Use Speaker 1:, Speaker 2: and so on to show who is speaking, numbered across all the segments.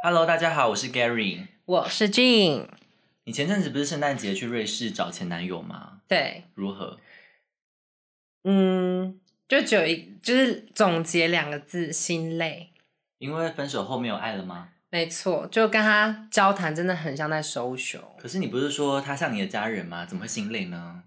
Speaker 1: Hello，大家好，我是 Gary。
Speaker 2: 我是 Jean，
Speaker 1: 你前阵子不是圣诞节去瑞士找前男友吗？
Speaker 2: 对，
Speaker 1: 如何？
Speaker 2: 嗯，就只有一，就是总结两个字，心累。
Speaker 1: 因为分手后没有爱了吗？
Speaker 2: 没错，就跟他交谈真的很像在收手。
Speaker 1: 可是你不是说他像你的家人吗？怎么会心累呢？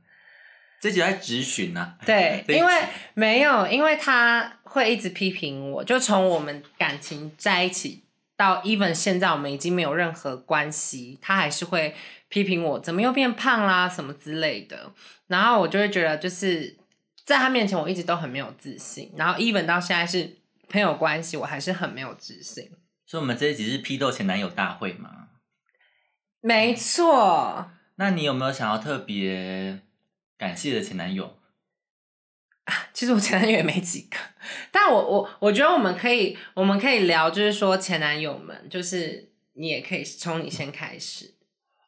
Speaker 1: 这就在质询啊呢、
Speaker 2: 对，
Speaker 1: 对
Speaker 2: 因为没有，因为他会一直批评我，就从我们感情在一起到 even 现在，我们已经没有任何关系，他还是会批评我怎么又变胖啦什么之类的，然后我就会觉得就是在他面前我一直都很没有自信，然后 even 到现在是朋友关系，我还是很没有自信。
Speaker 1: 所以我们这一集是批斗前男友大会嘛？
Speaker 2: 没错，
Speaker 1: 那你有没有想要特别感谢的前男友？
Speaker 2: 其实我前男友也没几个，但我我我觉得我们可以我们可以聊，就是说前男友们，就是你也可以从你先开始。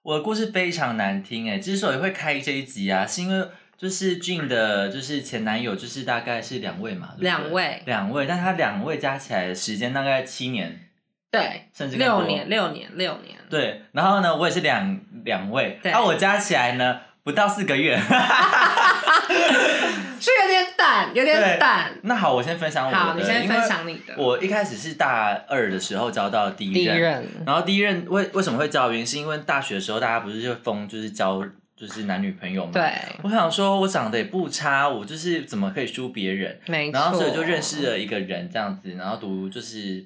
Speaker 1: 我的故事非常难听哎，之所以会开这一集啊，是因为就是俊的，就是前男友，就是大概是两位嘛，对不对
Speaker 2: 两位
Speaker 1: 两位，但他两位加起来的时间大概七年，
Speaker 2: 对，
Speaker 1: 甚至更多
Speaker 2: 六年，六年，六年。
Speaker 1: 对，然后呢，我也是两两位，
Speaker 2: 对
Speaker 1: 那、我加起来呢不到四个月。
Speaker 2: 是有点淡，有点淡。
Speaker 1: 那好，我先分享我的，
Speaker 2: 好，你先
Speaker 1: 因为
Speaker 2: 分享你的。
Speaker 1: 我一开始是大二的时候交到第
Speaker 2: 第
Speaker 1: 一
Speaker 2: 一
Speaker 1: 任，
Speaker 2: 任，
Speaker 1: 然后第一任为为什么会交的原因，是因为大学的时候大家不是就疯就是交就是男女朋友嘛。
Speaker 2: 对，
Speaker 1: 我想说，我长得也不差，我就是怎么可以输别人？
Speaker 2: 没错。
Speaker 1: 然后所以就认识了一个人这样子，然后读就是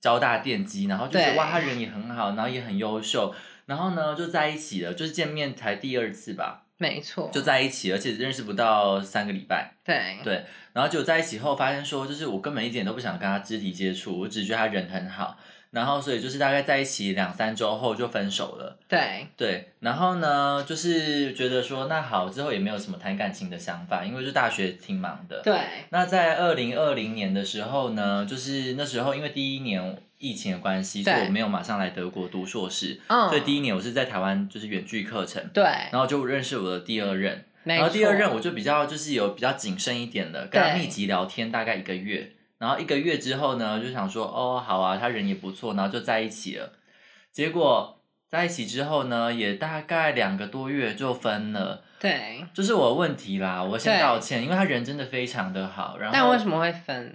Speaker 1: 交大电机，然后就觉得
Speaker 2: 对
Speaker 1: 哇，他人也很好，然后也很优秀，然后呢就在一起了，就是见面才第二次吧，
Speaker 2: 没错，
Speaker 1: 就在一起，而且认识不到三个礼拜，
Speaker 2: 对
Speaker 1: 对然后就在一起后发现说，就是我根本一点都不想跟他肢体接触，我只觉得他人很好，然后所以就是大概在一起两三周后就分手了。
Speaker 2: 对
Speaker 1: 对，然后呢，就是觉得说，那好，之后也没有什么谈感情的想法，因为就大学挺忙的。
Speaker 2: 对
Speaker 1: 那在二零二零年的时候呢，就是那时候因为第一年疫情的关系，所
Speaker 2: 对
Speaker 1: 以我没有马上来德国读硕士，
Speaker 2: 嗯
Speaker 1: 所以第一年我是在台湾就是远距课程，
Speaker 2: 对，
Speaker 1: 然后就认识我的第二任，
Speaker 2: 没
Speaker 1: 然
Speaker 2: 错。
Speaker 1: 后第二任我就比较就是有比较谨慎一点的，跟他
Speaker 2: 对
Speaker 1: 密集聊天大概一个月，然后一个月之后呢，就想说哦好啊，他人也不错，然后就在一起了，结果。在一起之后呢，也大概两个多月就分了，
Speaker 2: 对，
Speaker 1: 这是我的问题啦，我先
Speaker 2: 对
Speaker 1: 道歉，因为他人真的非常的好。然后
Speaker 2: 但为什么会分？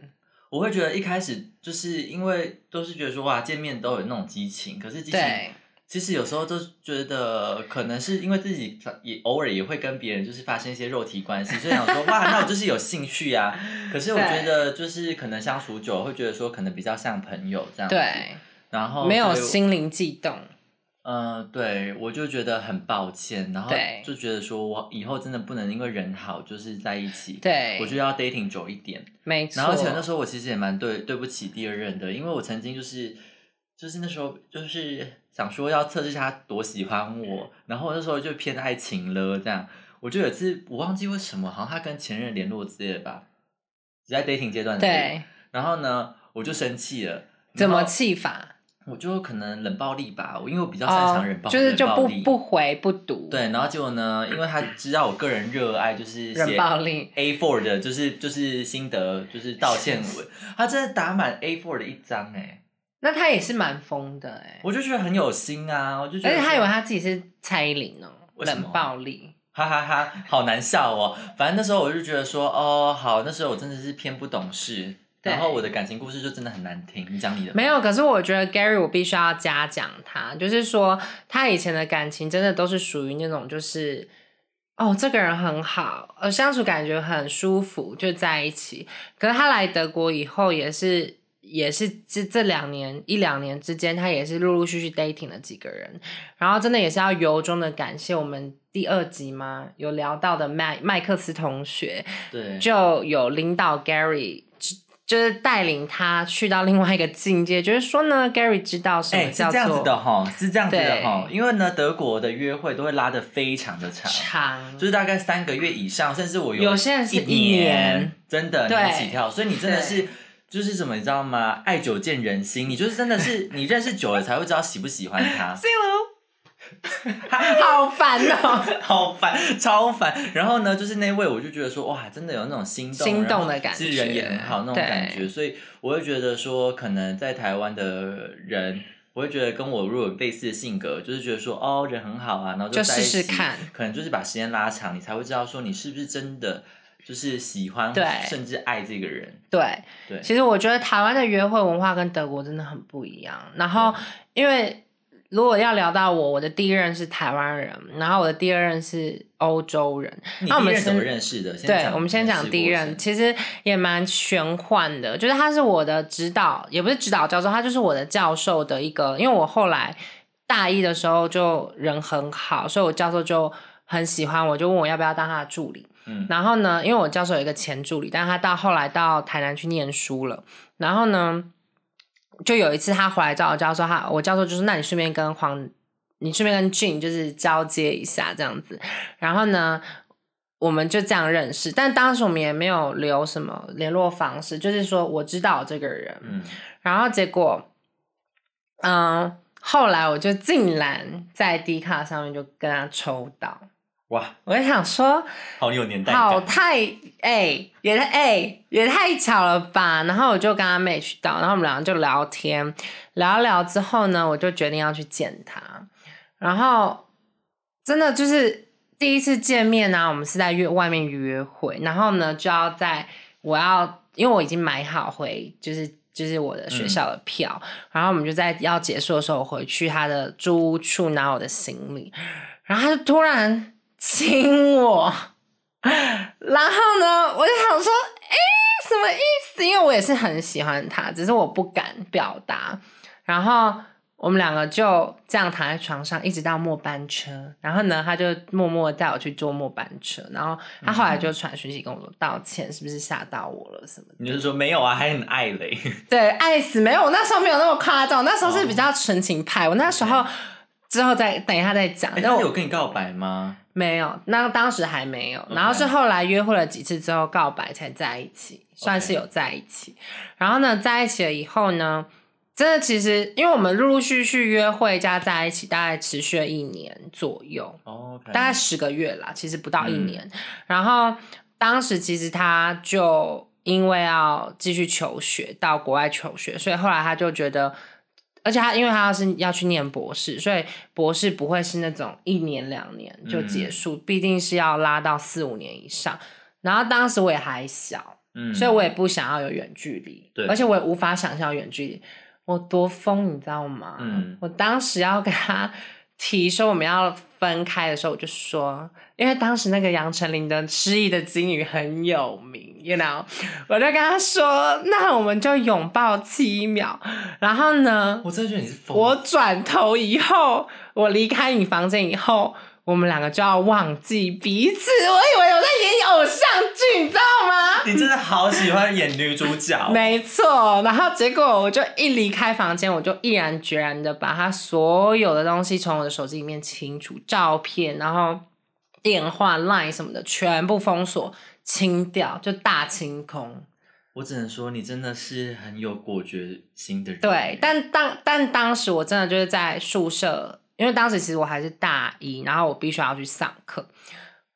Speaker 1: 我会觉得一开始就是因为都是觉得说哇，见面都有那种激情，可是激情
Speaker 2: 对
Speaker 1: 其实有时候都觉得可能是因为自己也偶尔也会跟别人就是发生一些肉体关系，所以想说哇，那我就是有兴趣啊。可是我
Speaker 2: 对
Speaker 1: 觉得就是可能相处久了会觉得说可能比较像朋友这样子，
Speaker 2: 对，
Speaker 1: 然后
Speaker 2: 没有
Speaker 1: 所以
Speaker 2: 心灵悸动。
Speaker 1: 嗯、对我就觉得很抱歉，然后
Speaker 2: 对
Speaker 1: 就觉得说我以后真的不能因为人好就是在一起，
Speaker 2: 对，
Speaker 1: 我就要 dating 久一点。
Speaker 2: 没错。
Speaker 1: 然后而且那时候我其实也蛮对对不起第二任的，因为我曾经就是就是那时候就是想说要测试一下他多喜欢
Speaker 2: 嗯
Speaker 1: 我，然后那时候就偏爱情了这样。我就有一次我忘记为什么，好像他跟前任联络之类的吧，只在 dating 阶段。。
Speaker 2: 对，
Speaker 1: 然后呢，我就生气了。
Speaker 2: 怎么
Speaker 1: 然后
Speaker 2: 气法？
Speaker 1: 我就可能冷暴力吧，我因为我比较擅
Speaker 2: 哦
Speaker 1: 长冷暴、
Speaker 2: 就是
Speaker 1: 冷
Speaker 2: 就
Speaker 1: 暴
Speaker 2: 不
Speaker 1: 力
Speaker 2: 不回不读，
Speaker 1: 对，然后结果呢，因为他知道我个人热爱就是
Speaker 2: 冷
Speaker 1: 写
Speaker 2: 暴力
Speaker 1: A four 的，就是就是心得，就是道歉文，他真的打满 A four 的一张哎、
Speaker 2: 那他也是蛮疯的哎、
Speaker 1: 我就觉得很有心啊，我就觉
Speaker 2: 而
Speaker 1: 得
Speaker 2: 且
Speaker 1: 说，
Speaker 2: 他以为他自己是蔡依林哦、
Speaker 1: 为什么
Speaker 2: 冷暴力，
Speaker 1: 哈哈哈好难笑哦。反正那时候我就觉得说，哦，好，那时候我真的是偏不懂事，
Speaker 2: 对
Speaker 1: 然后我的感情故事就真的很难听。你讲你的，
Speaker 2: 没有。可是我觉得 Gary，我必须要嘉奖他，就是说他以前的感情真的都是属于那种就是。哦，这个人很好，呃，相处感觉很舒服，就在一起。可是他来德国以后，也是也是这这两年一两年之间，他也是陆陆续续 dating 了几个人，然后真的也是要由衷的感谢我们第二集嘛有聊到的麦麦克斯同学，
Speaker 1: 对，
Speaker 2: 就有领导 Gary，就就是带领他去到另外一个境界，就是说呢，Gary 知道什
Speaker 1: 哎、
Speaker 2: 么
Speaker 1: 是
Speaker 2: 叫
Speaker 1: 这样子的
Speaker 2: 做
Speaker 1: 哈，是这样子的哈，
Speaker 2: 对
Speaker 1: 因为呢，德国的约会都会拉的非常的长，
Speaker 2: 长，
Speaker 1: 就是大概三个月以上，甚至我有
Speaker 2: 有些人是
Speaker 1: 一
Speaker 2: 一年
Speaker 1: 真的
Speaker 2: 对
Speaker 1: 年起跳，所以你真的是
Speaker 2: 对
Speaker 1: 就是什么，你知道吗？爱久见人心，你就是真的是你认识久了才会知道喜不喜欢他，
Speaker 2: See you，好烦哦、
Speaker 1: 好烦，超烦。然后呢，就是那位我就觉得说，哇，真的有那种心动
Speaker 2: 心动的感觉
Speaker 1: 然后是人也很好那种
Speaker 2: 对
Speaker 1: 感觉，所以我会觉得说，可能在台湾的人。我会觉得跟我如果有类似的性格，就是觉得说哦人很好啊，然后
Speaker 2: 就
Speaker 1: 在一
Speaker 2: 试试
Speaker 1: 起
Speaker 2: 看
Speaker 1: 可能就是把时间拉长，你才会知道说你是不是真的就是喜欢
Speaker 2: 对
Speaker 1: 甚至爱这个人。
Speaker 2: 对，
Speaker 1: 对，
Speaker 2: 其实我觉得台湾的约会文化跟德国真的很不一样。然后，因为如果要聊到我，我的第一任是台湾人，然后我的第二任是欧洲人。
Speaker 1: 你
Speaker 2: 那我
Speaker 1: 第一
Speaker 2: 们
Speaker 1: 任怎么
Speaker 2: 是
Speaker 1: 认识的？先
Speaker 2: 对，
Speaker 1: 讲
Speaker 2: 我们先
Speaker 1: 认
Speaker 2: 讲
Speaker 1: 识
Speaker 2: 第一
Speaker 1: 过
Speaker 2: 任，
Speaker 1: 程
Speaker 2: 其实也蛮玄幻的，就是他是我的指导，也不是指导教授，他就是我的教授的一个，因为我后来大一的时候就人很好，所以我教授就很喜欢我，就问我要不要当他的助理。
Speaker 1: 嗯
Speaker 2: 然后呢，因为我教授有一个前助理，但他到后来到台南去念书了，然后呢。就有一次他回来找我教授，他我教授就说：“那你顺便跟黄，你顺便跟 Jin 就是交接一下这样子。”然后呢，我们就这样认识，但当时我们也没有留什么联络方式，就是说我知道这个人，
Speaker 1: 嗯，
Speaker 2: 然后结果，嗯、后来我就竟然在 D 卡上面就跟他抽到，
Speaker 1: 哇，
Speaker 2: 我就想说，
Speaker 1: 好有年代
Speaker 2: 好
Speaker 1: 感。
Speaker 2: 太哎、也太哎、也太巧了吧！然后我就跟他 match 到，然后我们两个就聊天，聊一聊之后呢，我就决定要去见他。然后真的就是第一次见面啊呢、我们是在约外面约会，然后呢就要在我要因为我已经买好回就是就是我的学校的票，然后我们就在要结束的时候我回去他的租屋处拿我的行李，然后他就突然亲我，然后呢我就想说，哎、什么意思？因为我也是很喜欢他，只是我不敢表达，然后。我们两个就这样躺在床上，一直到末班车。然后呢，他就默默地带我去坐末班车。然后他后
Speaker 1: 嗯
Speaker 2: 来就传讯息跟我说道歉，是不是吓到我了什么的？
Speaker 1: 你就是说没有啊，还很爱嘞。
Speaker 2: 对，爱死没有，我那时候没有那么夸张，我那时候是
Speaker 1: 哦
Speaker 2: 比较纯情派。我那时候之后再等一下再讲，
Speaker 1: 哎
Speaker 2: 啊但
Speaker 1: 他
Speaker 2: 我
Speaker 1: 有跟你告白吗？
Speaker 2: 没有，那当时还没有，然后是后来约会了几次之后告白才在一起，算是有在一起。然后呢，在一起了以后呢，真的其实因为我们陆陆续续约会加在一起，大概持续了一年左右，
Speaker 1: 哦，大
Speaker 2: 大概十个月啦，其实不到一年。然后当时其实他就因为要继续求学，到国外求学，所以后来他就觉得，而且他因为他要是要去念博士，所以博士不会是那种一年两年就结束，必定是要拉到四五年以上。然后当时我也还小，
Speaker 1: 嗯，
Speaker 2: 所以我也不想要有远距离，
Speaker 1: 对
Speaker 2: 而且我也无法想象远距离。我多疯，你知道吗？
Speaker 1: 嗯
Speaker 2: 我当时要跟他提说我们要分开的时候，我就说，因为当时那个杨丞琳的《失忆的金鱼》很有名，you know，我就跟他说，那我们就拥抱七秒。然后呢，
Speaker 1: 我真的觉得你是疯。
Speaker 2: 我转头以后，我离开你房间以后，我们两个就要忘记彼此。我以为我在演偶像剧，你知道吗？
Speaker 1: 你真的好喜欢演女主角。
Speaker 2: 没错，然后结果我就一离开房间，我就毅然决然的把他所有的东西从我的手机里面清除，照片，然后电话、line 什么的全部封锁、清掉，就大清空。
Speaker 1: 我只能说，你真的是很有果决心的人。
Speaker 2: 对，但当但当时我真的就是在宿舍，因为当时其实我还是大一，然后我必须要去上课，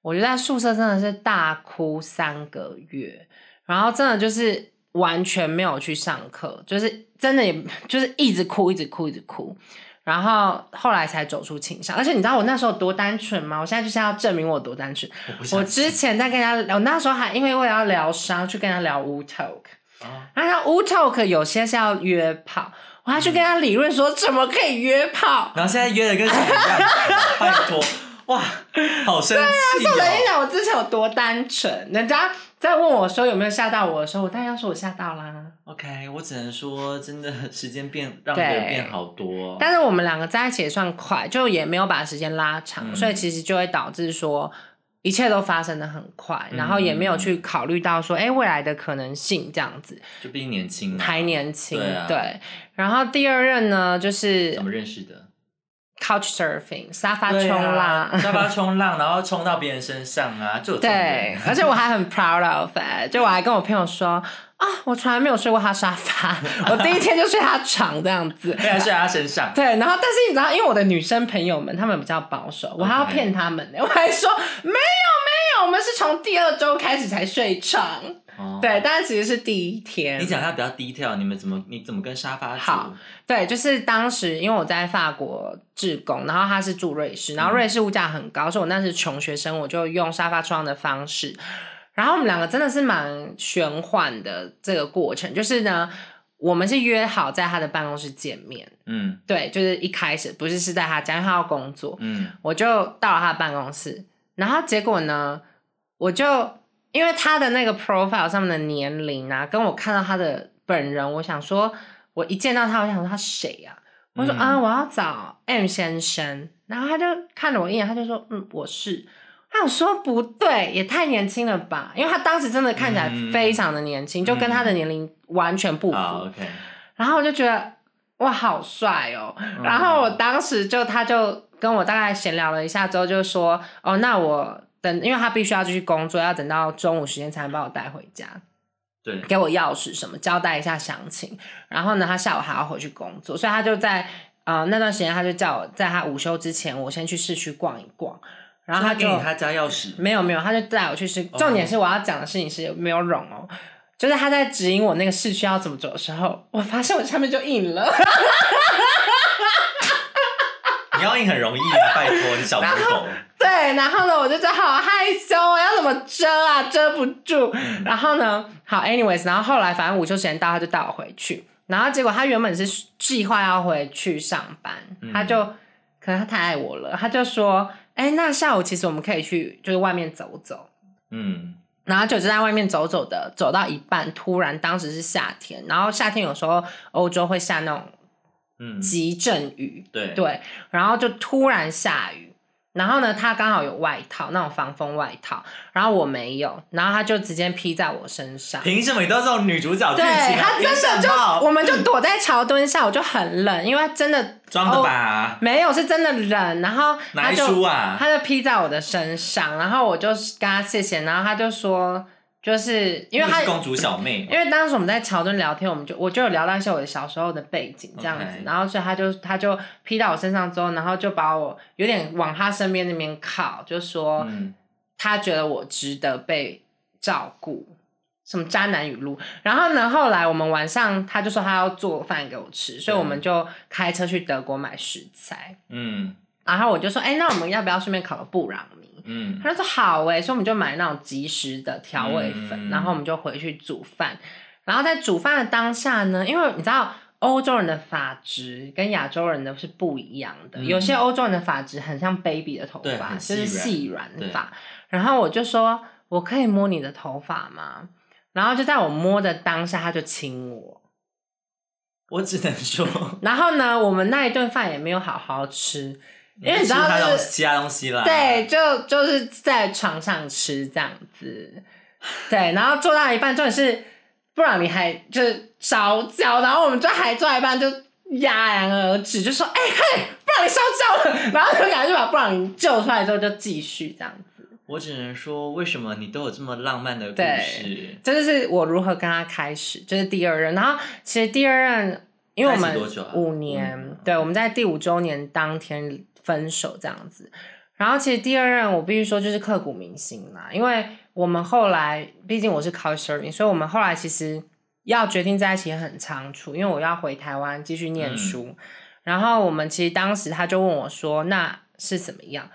Speaker 2: 我就在宿舍真的是大哭三个月，然后真的就是完全没有去上课，就是真的也就是一直哭，一直哭，一直哭。然后后来才走出情伤，而且你知道我那时候有多单纯吗？我现在就是要证明我有多单纯。
Speaker 1: 我不
Speaker 2: 我
Speaker 1: 相信
Speaker 2: 之前在跟人家，我那时候还因为为了要疗伤，去跟人家聊无 talk，
Speaker 1: 啊，
Speaker 2: 然后 U Talk 有些是要约炮，我还去跟他理论说怎么可以约炮。
Speaker 1: 然后现在约的跟什么一样？拜 托，哇，好生
Speaker 2: 啊
Speaker 1: 气
Speaker 2: 我跟你
Speaker 1: 哦！
Speaker 2: 讲，我之前有多单纯，人家在问我说有没有吓到我的时候，我当然要说我吓到啦。
Speaker 1: OK，我只能说，真的时间变让
Speaker 2: 对
Speaker 1: 人变好多。
Speaker 2: 但是我们两个在一起也算快，就也没有把时间拉长，
Speaker 1: 嗯
Speaker 2: 所以其实就会导致说一切都发生的很快，
Speaker 1: 嗯
Speaker 2: 然后也没有去考虑到说哎、诶未来的可能性这样子，
Speaker 1: 就毕竟年轻嘛，
Speaker 2: 还年
Speaker 1: 嗯
Speaker 2: 轻
Speaker 1: 对啊
Speaker 2: 对。然后第二任呢，就是
Speaker 1: 怎么认识的？
Speaker 2: Couch Surfing 沙发
Speaker 1: 对
Speaker 2: 冲浪。
Speaker 1: 啊，沙发冲浪，然后冲到别人身上啊，就有这种
Speaker 2: 对
Speaker 1: 人，
Speaker 2: 而且我还很 proud of it，就我还跟我朋友说啊，我从来没有睡过他沙发，我第一天就睡他床这样子。
Speaker 1: 被人睡在他身上。
Speaker 2: 对，然后但是你知道，因为我的女生朋友们她们比较保守，我还要骗他们呢、我还说没有没有，我们是从第二周开始才睡床，
Speaker 1: 哦，
Speaker 2: 对，但其实是第一天。
Speaker 1: 你讲一下比较 detail，你们怎么你怎么跟沙发组？
Speaker 2: 好对，就是当时因为我在法国志工，然后他是住瑞士，然后瑞士物价很高，所以我那是穷学生，我就用沙发窗的方式。然后我们两个真的是蛮玄幻的这个过程，就是呢，我们是约好在他的办公室见面，
Speaker 1: 嗯
Speaker 2: 对，就是一开始不是是在他家，因为他要工作，
Speaker 1: 嗯
Speaker 2: 我就到了他的办公室，然后结果呢，我就因为他的那个 profile 上面的年龄啊，跟我看到他的本人，我想说，我一见到他，我想说他谁呀、我说、
Speaker 1: 嗯
Speaker 2: 啊，我要找 M 先生，然后他就看了我一眼，他就说，嗯，我是。他想说不对，也太年轻了吧？因为他当时真的看起来
Speaker 1: 嗯啊
Speaker 2: 非常的年轻，就跟他的年龄完全不符。
Speaker 1: 好，OK，
Speaker 2: 然后我就觉得哇，好帅哦！
Speaker 1: 嗯
Speaker 2: 然后我当时就他就跟我大概闲聊了一下之后，就说哦，那我等，因为他必须要继续工作，要等到中午时间才能把我带回家，
Speaker 1: 对，
Speaker 2: 给我钥匙什么，交代一下详情。然后呢，他下午还要回去工作，所以他就在呃那段时间，他就叫我在他午休之前，我先去市区逛一逛。然后
Speaker 1: 他
Speaker 2: 他
Speaker 1: 给
Speaker 2: 就
Speaker 1: 你他哦家钥匙，
Speaker 2: 没有没有，他就带我去市。重点是我要讲的事情是没有拢哦，就是他在指引我那个市区要怎么走的时候，我发现我下面就硬了。
Speaker 3: 你要硬很容易 啊，拜托你小母狗。
Speaker 2: 对，然后呢，我就觉得好害羞哦，要怎么遮啊，遮不住。然后呢，好，anyways，然后后来反正午休时间到，他就带我回去。然后结果他原本是计划要回去上班，他就可能他太爱我了，他就说：“哎，那下午其实我们可以去就是外面走走。”
Speaker 1: 嗯，
Speaker 2: 然后就在外面走走的，走到一半，突然当时是夏天，然后夏天有时候欧洲会下那种
Speaker 1: 嗯，
Speaker 2: 急阵雨，
Speaker 1: 对，
Speaker 2: 对，然后就突然下雨，然后呢，他刚好有外套，那种防风外套，然后我没有，然后他就直接披在我身上。
Speaker 3: 凭什么你都是哎这种女主角剧
Speaker 2: 对
Speaker 3: 情啊？
Speaker 2: 他真
Speaker 3: 凭
Speaker 2: 的
Speaker 3: 什
Speaker 2: 就，
Speaker 3: 么
Speaker 2: 我们就躲在桥墩下，我就很冷，因为他真的
Speaker 3: 装的吧？
Speaker 2: 没有是真的冷，然后
Speaker 3: 哪
Speaker 2: 他
Speaker 3: 一
Speaker 2: 就
Speaker 3: 出啊？
Speaker 2: 哦他就披在我的身上，然后我就跟他谢谢，然后他就说，就是因为
Speaker 3: 你
Speaker 2: 他
Speaker 3: 是公主小妹嘛，
Speaker 2: 因为当时我们在桥墩聊天，我们就我就有聊到一些我的小时候的背景这样子
Speaker 1: OK
Speaker 2: 然后所以他就他就披到我身上之后，然后就把我有点往他身边那边靠，就说、
Speaker 1: 嗯，
Speaker 2: 他觉得我值得被照顾，什么渣男语录。然后呢，后来我们晚上他就说他要做饭给我吃，所以我们就开车去德国买食材，
Speaker 1: 嗯
Speaker 2: 然后我就说，哎、那我们要不要顺便烤个布朗尼？
Speaker 1: 嗯，
Speaker 2: 他就说好哎、欸，所以我们就买那种即食的调味粉，
Speaker 1: 嗯
Speaker 2: 然后我们就回去煮饭。然后在煮饭的当下呢，因为你知道欧洲人的发质跟亚洲人的是不一样的，
Speaker 1: 嗯
Speaker 2: 有些欧洲人的发质很像 baby 的头
Speaker 1: 对
Speaker 2: 发，
Speaker 1: 很
Speaker 2: 就是细
Speaker 1: 细
Speaker 2: 软
Speaker 1: 对
Speaker 2: 发。然后我就说，我可以摸你的头发吗？然后就在我摸的当下，他就亲我。
Speaker 1: 我只能说，
Speaker 2: 然后呢，我们那一顿饭也没有好好吃， 因为你知道
Speaker 3: 吃他
Speaker 2: 就
Speaker 3: 东
Speaker 2: 是
Speaker 3: 其他东西啦。
Speaker 2: 对，就就是在床上吃这样子，对，然后做到一半，重点是不然你还就是烧焦，然后我们就还做到一半就戛然而止，就说哎、快点，不然你烧焦了， 然后就赶快就把布朗尼救出来之后就继续这样子，
Speaker 1: 我只能说，为什么你都有这么浪漫的故
Speaker 2: 对
Speaker 1: 事？
Speaker 2: 这就是我如何跟他开始，就是第二任，然后其实第二任因为我们
Speaker 1: 开始多久啊
Speaker 2: 五年，
Speaker 1: 嗯
Speaker 2: 对，我们在第五周年当天分手这样子。然后其实第二任我必须说就是刻骨铭心啦，因为我们后来毕竟我是 couch serving，所以我们后来其实要决定在一起也很仓促，因为我要回台湾继续念书。
Speaker 1: 嗯
Speaker 2: 然后我们其实当时他就问我说：“那是怎么样？”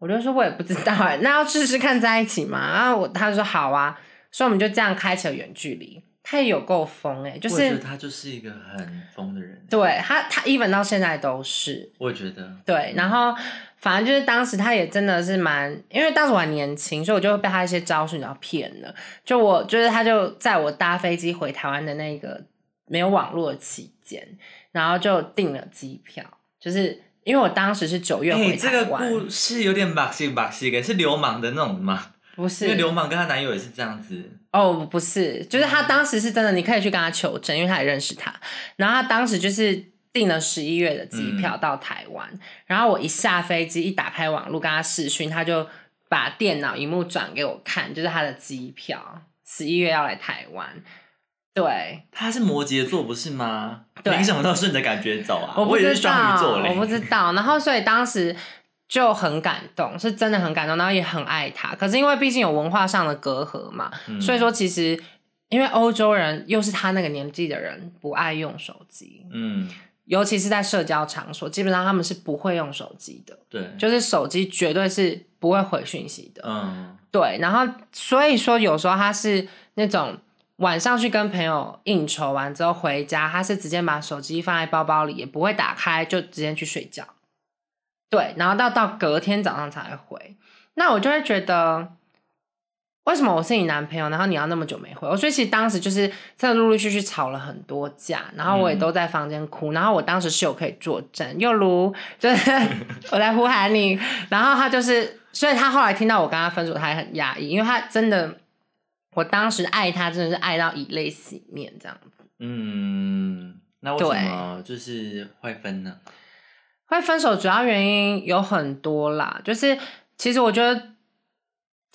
Speaker 2: 我就说：“我也不知道哎、那要试试看在一起嘛。”然后我他就说：“好啊。”所以我们就这样开启了远距离。他也有够疯哎、就
Speaker 1: 我也觉得
Speaker 2: 是
Speaker 1: 他就是一个很疯的人，
Speaker 2: 对他他 even 到现在都是，
Speaker 1: 我也觉得，
Speaker 2: 对，然后反正就是当时他也真的是蛮，因为当时我还年轻，所以我就被他一些招数你知道骗了。就我就是他就在我搭飞机回台湾的那个没有网络的期间，然后就订了机票，就是因为我当时是九月
Speaker 1: 哎、
Speaker 2: 回
Speaker 1: 这个
Speaker 2: 台湾，
Speaker 1: 故事有点马戏马戏的，是流氓的那种吗？
Speaker 2: 不
Speaker 1: 因为
Speaker 2: 是
Speaker 1: 流氓跟她男友也是这样子，
Speaker 2: 哦，不是，就是
Speaker 3: 嗯
Speaker 2: 他当时是真的，你可以去跟他求证，因为他也认识他。然后他当时就是订了十一月的机
Speaker 3: 嗯
Speaker 2: 票到台湾，然后我一下飞机，一打开网络跟他视讯，他就把电脑荧幕转给我看，就是他的机票，十一月要来台湾。对，
Speaker 1: 他是摩羯座不是吗？
Speaker 2: 对
Speaker 3: 凭什么都顺着感觉走啊？
Speaker 2: 我不
Speaker 3: 以
Speaker 2: 知
Speaker 3: 为
Speaker 2: 道，
Speaker 3: 是双鱼座嘞。
Speaker 2: 我不知道。然后所以当时就很感动，是真的很感动，然后也很爱他。可是因为毕竟有文化上的隔阂嘛，
Speaker 1: 嗯
Speaker 2: 所以说其实因为欧洲人又是他那个年纪的人不爱用手机，
Speaker 1: 嗯，
Speaker 2: 尤其是在社交场所，基本上他们是不会用手机的，
Speaker 1: 对，
Speaker 2: 就是手机绝对是不会回讯息的。
Speaker 1: 嗯
Speaker 2: 对，然后所以说有时候他是那种晚上去跟朋友应酬完之后回家，他是直接把手机放在包包里，也不会打开，就直接去睡觉。对，然后到到隔天早上才会回。那我就会觉得，为什么我是你男朋友，然后你要那么久没回我？所以其实当时就是真的陆陆续续吵了很多架，然后我也
Speaker 1: 嗯
Speaker 2: 都在房间哭，然后我当时是有可以作证，又如就是 我来呼喊你，然后他就是，所以他后来听到我跟他分手，他也很压抑，因为他真的，我当时爱他真的是爱到以泪洗面这样子。
Speaker 1: 嗯，那为什
Speaker 2: 对
Speaker 1: 么就是会分呢？
Speaker 2: 会分手主要原因有很多啦，就是其实我觉得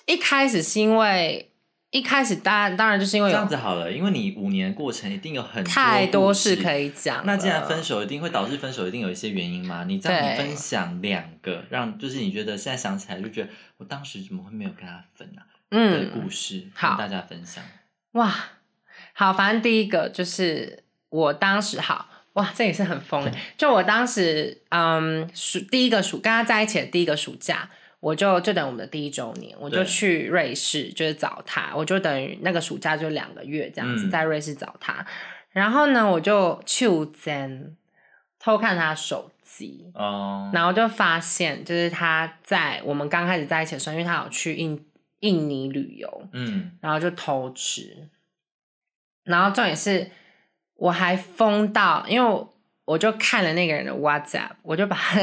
Speaker 2: 一开始是因为一开始当然当然就是因为
Speaker 1: 这
Speaker 2: 有
Speaker 1: 样子好了，因为你五年过程一定有很
Speaker 2: 太多事
Speaker 1: 以。
Speaker 2: 可以讲了，
Speaker 1: 那既然分手一定会导致分手，一定有一些原因嘛？你这样你
Speaker 2: 对
Speaker 1: 分享两个，让就是你觉得现在想起来就觉得我当时怎么会没有跟他分啊？的
Speaker 2: 嗯
Speaker 1: 故事跟
Speaker 2: 好
Speaker 1: 大家分享。
Speaker 2: 哇好，反正第一个就是我当时好。哇，这也是很疯欸就我当时，嗯，暑第一个暑跟他在一起的第一个暑假，我就就等我们的第一周年，我就
Speaker 1: 对
Speaker 2: 去瑞士，就是找他，我就等于那个暑假就两个月这样子，
Speaker 1: 嗯
Speaker 2: 在瑞士找他。然后呢，我就去间偷看他手机，
Speaker 1: 哦，
Speaker 2: 然后就发现，就是他在我们刚开始在一起的时候，因为他有去印印尼旅游，
Speaker 1: 嗯，
Speaker 2: 然后就偷吃，然后重点是我还疯到，因为我我就看了那个人的 WhatsApp，我就把他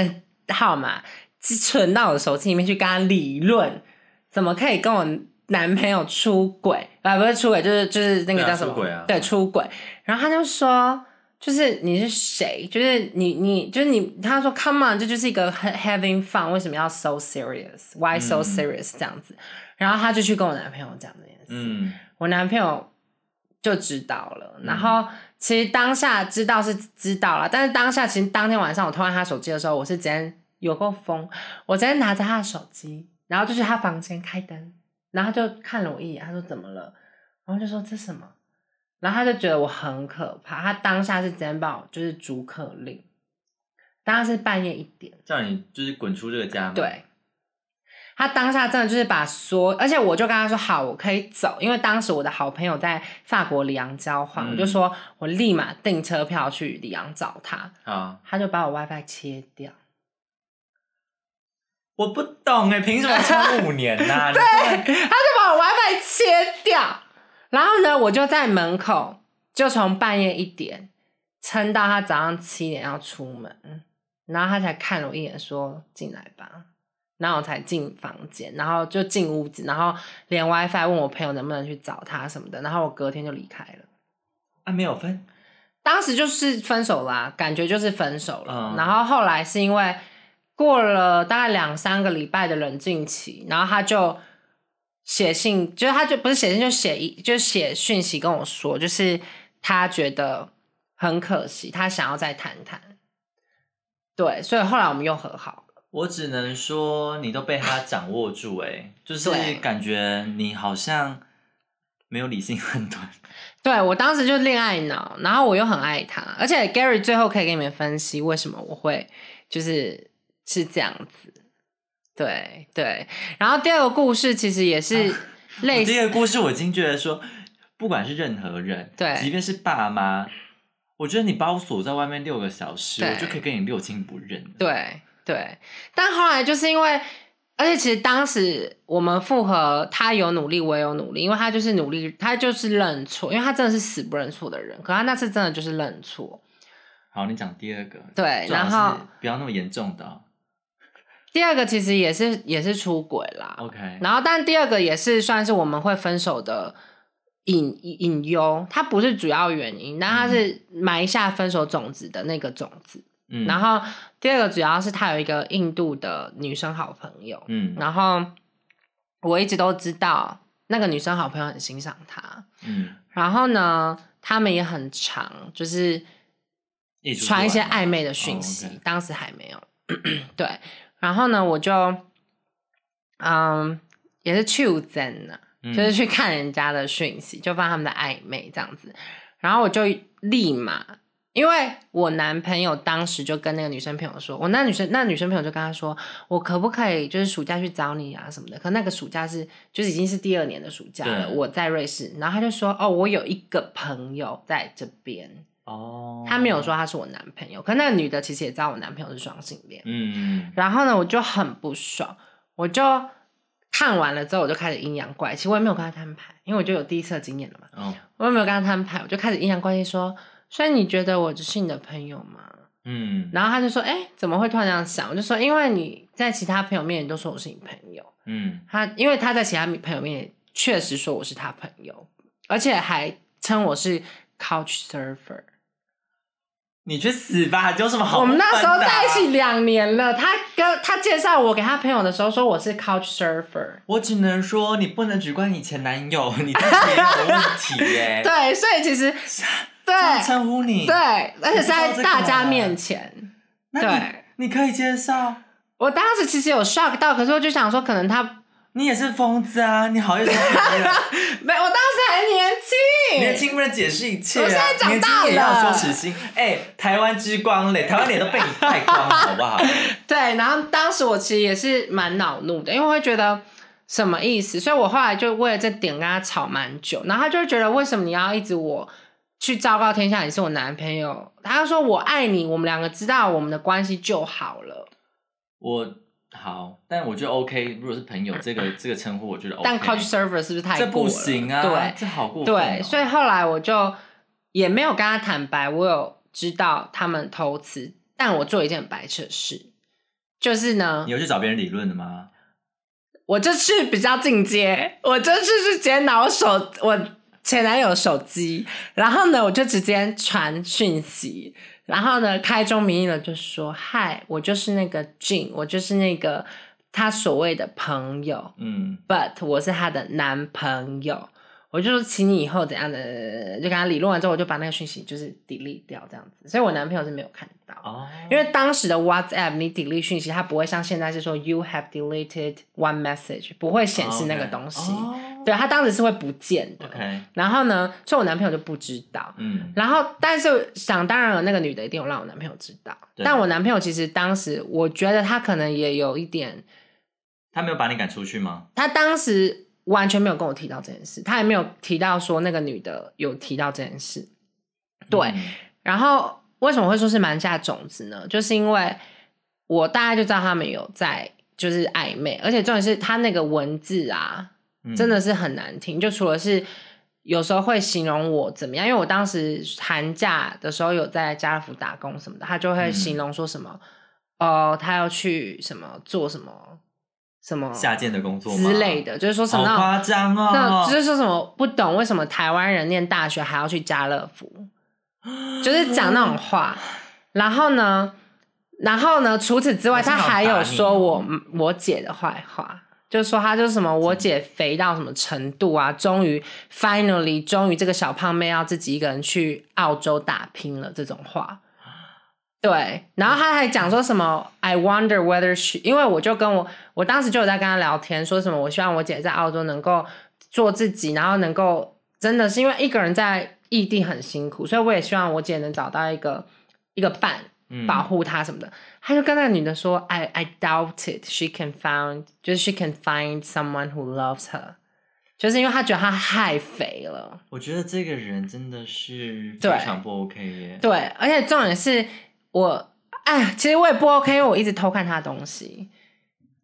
Speaker 2: 的号码寄存到我的手机里面去跟他理论，怎么可以跟我男朋友出轨啊？不是出轨，就是就是那个
Speaker 1: 对啊
Speaker 2: 叫什么？
Speaker 1: 出轨啊
Speaker 2: 对，出轨。然后他就说。就是你是谁？就是你你就是你，他说 Come on，这就是一个很 having fun，为什么要 so serious？Why so
Speaker 1: 嗯
Speaker 2: serious？、这样子，然后他就去跟我男朋友讲这件事，
Speaker 1: 嗯
Speaker 2: 我男朋友就知道了。然后其实当下知道是知道了，但是当下其实当天晚上我偷看他手机的时候，我是直接有够疯，我直接拿着他的手机，然后就去他房间开灯，然后他就看了我一眼，他说怎么了？然后就说这什么？然后他就觉得我很可怕，他当下是直接把我就是逐客令，当下是半夜一点。
Speaker 1: 叫你就是滚出这个家嘛。
Speaker 2: 对，他当下真的就是把所，而且我就跟他说好，我可以走，因为当时我的好朋友在法国里昂交换，
Speaker 1: 嗯
Speaker 2: 我就说我立马订车票去里昂找他，
Speaker 1: 好，
Speaker 2: 他就把我 WiFi 切掉。
Speaker 3: 我不懂
Speaker 1: 欸
Speaker 3: 哎，凭什么差五年 呐？对，
Speaker 2: 把我 WiFi 切掉。然后呢，我就在门口，就从半夜一点撑到他早上七点要出门，然后他才看了我一眼，说进来吧。然后我才进房间，然后就进屋子，然后连 WiFi 问我朋友能不能去找他什么的，然后我隔天就离开了。
Speaker 1: 啊，没有分，
Speaker 2: 当时就是分手啦、感觉就是分手了。
Speaker 1: 嗯
Speaker 2: 然后后来是因为过了大概两三个礼拜的冷静期，然后他就写信，就是他就不是写信，就写一就写讯息跟我说，就是他觉得很可惜，他想要再谈谈。对，所以后来我们又和好了。
Speaker 1: 我只能说你都被他掌握住、哎，就是
Speaker 2: 对
Speaker 1: 感觉你好像没有理性判断。
Speaker 2: 对我当时就恋爱脑，然后我又很爱他，而且 Gary 最后可以给你们分析为什么我会就是是这样子。对对，然后第二个故事其实也是类似，
Speaker 1: 这个故啊事我已经觉得说，不管是任何人，
Speaker 2: 对
Speaker 1: 即便是爸妈，我觉得你把我锁在外面六个小时，
Speaker 2: 对
Speaker 1: 我就可以跟你六亲不认了。
Speaker 2: 对对，但后来就是因为，而且其实当时我们复合，他有努力，我也有努力，因为他就是努力，他就是认错，因为他真的是死不认错的人，可他那次真的就是认错。
Speaker 1: 好，你讲第二个，
Speaker 2: 对
Speaker 1: 最好
Speaker 2: 然
Speaker 1: 是
Speaker 2: 后
Speaker 1: 不要那么严重的哦、
Speaker 2: 第二个其实也是也是出轨啦，
Speaker 1: OK，
Speaker 2: 然后，但第二个也是算是我们会分手的隐隐忧，它不是主要原因，但它是埋下分手种子的那个种子。
Speaker 1: 嗯
Speaker 2: 然后，第二个主要是他有一个印度的女生好朋友，
Speaker 1: 嗯
Speaker 2: 然后我一直都知道那个女生好朋友很欣赏他，
Speaker 1: 嗯，
Speaker 2: 然后呢，他们也很长，就是
Speaker 1: 一起出去
Speaker 2: 传一些
Speaker 1: 玩吗
Speaker 2: 暧昧的讯息，
Speaker 1: 哦，OK
Speaker 2: 当时还没有。对，然后呢，我就嗯也是去真呢，
Speaker 1: 嗯
Speaker 2: 就是去看人家的讯息，就发现他们的暧昧这样子，然后我就立马。因为我男朋友当时就跟那个女生朋友说，我那女生那女生朋友就跟他说，我可不可以就是暑假去找你啊什么的？可那个暑假是就是已经是第二年的暑假了，
Speaker 1: 对
Speaker 2: 我在瑞士，然后他就说，哦，我有一个朋友在这边，
Speaker 1: 哦，
Speaker 2: 他没有说他是我男朋友，可那个女的其实也知道我男朋友是双性恋。
Speaker 1: 嗯，嗯，
Speaker 2: 然后呢，我就很不爽，我就看完了之后，我就开始阴阳怪气，我也没有跟他摊牌，因为我就有第一次的经验了嘛，
Speaker 1: 嗯
Speaker 2: 我也没有跟他摊牌，我就开始阴阳怪气说，所以你觉得我只是你的朋友吗？
Speaker 1: 嗯
Speaker 2: 然后他就说，哎，怎么会突然这样想？我就说，因为你在其他朋友面前都说我是你朋友，
Speaker 1: 嗯，
Speaker 2: 他因为他在其他朋友面前确实说我是他朋友，而且还称我是 couch surfer。
Speaker 1: 你去死吧！有什么好？啊
Speaker 2: 我们那时候在一起，两年了，他跟他介绍我给他朋友的时候说我是 couch surfer，
Speaker 1: 我只能说你不能只怪你前男友，你自己也有问题耶。
Speaker 2: 对，所以其实对
Speaker 1: 这样称呼你，
Speaker 2: 对，，而且是在大家面前，
Speaker 1: 那
Speaker 2: 对
Speaker 1: 你你可以接受。
Speaker 2: 我当时其实有 shock 到，可是我就想说，可能他
Speaker 1: 你也是疯子啊！你好意思别人？
Speaker 2: 没，我当时还年轻，
Speaker 1: 年轻不能解释一切、啊，
Speaker 2: 我现在长
Speaker 1: 年轻
Speaker 2: 大
Speaker 1: 也要
Speaker 2: 了
Speaker 1: 羞耻心。哎、台湾之光嘞，台湾脸都被你败光了，好不好？
Speaker 2: 对，然后当时我其实也是蛮恼怒的，因为我会觉得什么意思，所以我后来就为了这点跟他吵蛮久，然后他就会觉得为什么你要一直我去昭告天下你是我男朋友，他就说我爱你，我们两个知道我们的关系就好了，
Speaker 1: 我好，但我觉得 OK。如果是朋友，这个这个称呼，我觉得 OK。
Speaker 2: 但 Couch Server 是不是太
Speaker 1: 这
Speaker 2: 过
Speaker 1: 不
Speaker 2: 了
Speaker 1: 行啊，
Speaker 2: 对
Speaker 1: 这好过分、哦
Speaker 2: 对，所以后来我就也没有跟他坦白，我有知道他们偷吃，但我做一件很白痴的事，就是呢
Speaker 1: 你，有去找别人理论的吗？
Speaker 2: 我这次比较进阶，我这次是直接拿我手我前男友手机，然后呢，我就直接传讯息，然后呢，开宗明义的就说：“嗨，我就是那个 Jin，我就是那个他所谓的朋友
Speaker 1: 嗯，
Speaker 2: ，but 我是他的男朋友。”我就说，请你以后怎样的，就跟他理论完之后，我就把那个讯息就是 delete 掉这样子，所以我男朋友是没有看到。
Speaker 1: 哦，
Speaker 2: 因为当时的 WhatsApp 你 delete 讯息，它不会像现在是说 you have deleted one message，不会显示那个东西。
Speaker 1: 哦
Speaker 2: 对，它当时是会不见的。
Speaker 1: OK，
Speaker 2: 然后呢，所以我男朋友就不知道。
Speaker 1: 嗯，
Speaker 2: 然后，但是想当然了，那个女的一定有让我男朋友知道。
Speaker 1: 对
Speaker 2: 但我男朋友其实当时，我觉得他可能也有一点，
Speaker 1: 他没有把你赶出去吗？
Speaker 2: 他当时完全没有跟我提到这件事，他也没有提到说那个女的有提到这件事。对，
Speaker 1: 嗯
Speaker 2: 然后为什么会说是瞒下种子呢？就是因为我大概就知道他们有在就是暧昧，而且重点是他那个文字啊，
Speaker 1: 嗯，
Speaker 2: 真的是很难听。就除了是有时候会形容我怎么样，因为我当时寒假的时候有在家乐福打工什么的，他就会
Speaker 1: 嗯
Speaker 2: 形容说什么，哦、他要去什么做什么什么
Speaker 1: 嗯下贱的工作吗
Speaker 2: 之类，的，就是说什
Speaker 1: 好
Speaker 2: 么那种
Speaker 1: 夸张哦。
Speaker 2: 那就是说什么不懂为什么台湾人念大学还要去家乐福，就是讲那种话。然后呢，然后呢，除此之
Speaker 1: 好
Speaker 2: 外，
Speaker 1: 像
Speaker 2: 他
Speaker 1: 好打
Speaker 2: 还
Speaker 1: 你哦
Speaker 2: 有说我我姐的坏话，就是说她就是什么我姐肥到什么程度啊，终于 finally 终于这个小胖妹要自己一个人去澳洲打拼了这种话。对，然后他还讲说什么？I wonder whether she，因为我就跟我我当时就有在跟他聊天，说什么我希望我姐在澳洲能够做自己，然后能够真的是因为一个人在异地很辛苦，所以我也希望我姐能找到一个一个伴
Speaker 1: 嗯
Speaker 2: 保护她什么的。他就跟那个女的说，I I doubt it she can find，就是 she can find someone who loves her，就是因为他觉得她太肥了。
Speaker 1: 我觉得这个人真的是非
Speaker 2: 对
Speaker 1: 常不 OK 耶。
Speaker 2: 对，而且重点是我，哎，其实我也不 OK，因为我一直偷看他的东西。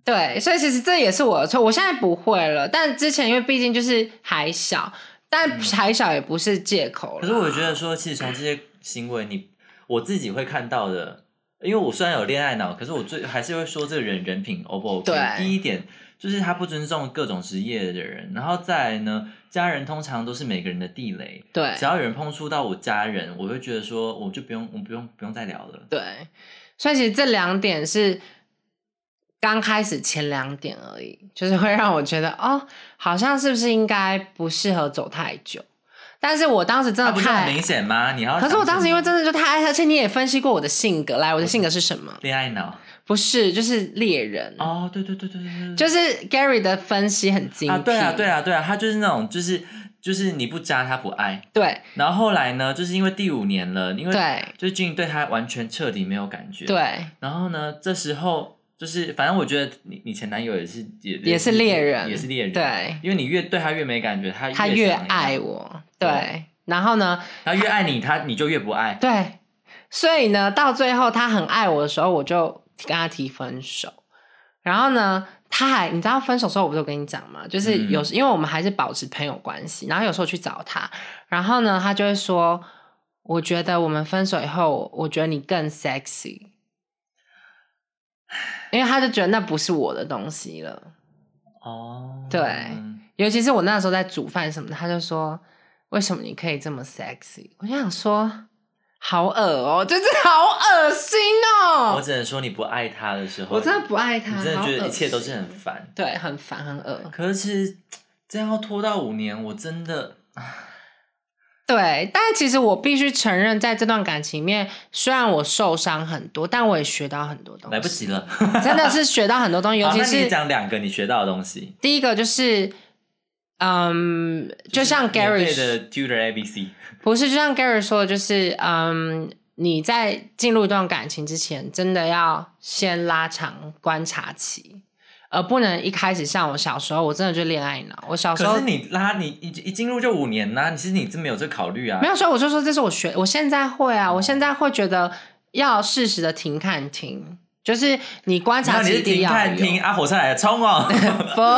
Speaker 2: 对，所以其实这也是我的错，我现在不会了。但之前因为毕竟就是还小，但还小也不是借口了。
Speaker 1: 嗯可是我觉得说，其实从这些行为你，我自己会看到的，因为我虽然有恋爱脑，可是我最还是会说这个人人品 O 不 OK。
Speaker 2: 对
Speaker 1: 第一点就是他不尊重各种职业的人，然后再来呢，家人通常都是每个人的地雷，
Speaker 2: 对
Speaker 1: 只要有人碰触到我家人，我会觉得说，我就不用，我不用，不用再聊了。
Speaker 2: 对，所以其实这两点是刚开始前两点而已，就是会让我觉得哦，好像是不是应该不适合走太久？但是我当时真
Speaker 1: 那
Speaker 2: 的
Speaker 1: 不是很
Speaker 2: 太
Speaker 1: 明显吗？你要，
Speaker 2: 可是我当时因为真
Speaker 1: 的
Speaker 2: 的就太爱他，而且你也分析过我的性格，来，我的性格是什么？
Speaker 1: 恋爱脑，
Speaker 2: 不是，就是猎人。
Speaker 1: 哦，对对对对对对对，
Speaker 2: 嗯就是 Gary 的分析很精辟，
Speaker 1: 啊，对啊，对啊，对啊，他就是那种，就是就是你不渣他不爱，
Speaker 2: 对
Speaker 1: 然后后来呢，就是因为第五年了，啊因为
Speaker 2: 对
Speaker 1: 就是俊对他完全彻底没有感觉，，
Speaker 2: 对
Speaker 1: 然后呢，这时候就是反正我觉得你你前男友也是也
Speaker 2: 也是猎人
Speaker 1: 也是猎人，，
Speaker 2: 对，
Speaker 1: 因为你越对他越没感觉，他
Speaker 2: 他
Speaker 1: 越
Speaker 2: 越
Speaker 1: 想要
Speaker 2: 爱，我，
Speaker 1: 对
Speaker 2: 对，然后呢，
Speaker 1: 他越爱你，他你就越不爱，
Speaker 2: 对，所以呢，到最后他很爱我的时候，我就跟他提分手。然后呢，他还你知道分手之后，我不是有跟你讲嘛，就是
Speaker 1: 嗯
Speaker 2: 有时、因为我们还是保持朋友关系，然后有时候去找他，然后呢，他就会说，我觉得我们分手以后，我觉得你更 sexy，因为他就觉得那不是我的东西了。
Speaker 1: 哦，
Speaker 2: 对尤其是我那时候在煮饭什么的，他就说：“为什么你可以这么 sexy？” 我就想说，好恶哦、 就是好恶心哦、
Speaker 1: 我只能说你不爱他的时候，
Speaker 2: 我真的不爱他，
Speaker 1: 你真的
Speaker 2: 好
Speaker 1: 觉得
Speaker 2: 恶
Speaker 1: 一切都是
Speaker 2: 心
Speaker 1: 很烦，
Speaker 2: 对，很烦，很恶。
Speaker 1: 可是其实这样要拖到五年，我真的。
Speaker 2: 对，但其实我必须承认，在这段感情里面，虽然我受伤很多，但我也学到很多东西，
Speaker 1: 来不及了，
Speaker 2: 真的是学到很多东西，尤
Speaker 1: 好，
Speaker 2: 其
Speaker 1: 那
Speaker 2: 是
Speaker 1: 你讲两个你学到的东西，
Speaker 2: 第一个就是。嗯，就像
Speaker 1: 是免
Speaker 2: Gary
Speaker 1: 费的 Tutor ABC，
Speaker 2: 不是，就像 Gary 说的，就是嗯，你在进入一段感情之前，真的要先拉长观察期，而不能一开始像我小时候，我真的就恋爱脑。我小时
Speaker 1: 可
Speaker 2: 候
Speaker 1: 是你拉你一一进入就五年呐、你其实你真没有这考虑啊
Speaker 2: 没。有说，我就说这是我学，我现在会
Speaker 1: 嗯
Speaker 2: 啊，我现在会觉得要适时的停看停，就是你观
Speaker 1: 然
Speaker 2: 察
Speaker 1: 后你
Speaker 2: 期
Speaker 1: 是
Speaker 2: 一定
Speaker 1: 停
Speaker 2: 要
Speaker 1: 看
Speaker 2: 有。
Speaker 1: 听啊，火车来了，冲哦！
Speaker 2: 不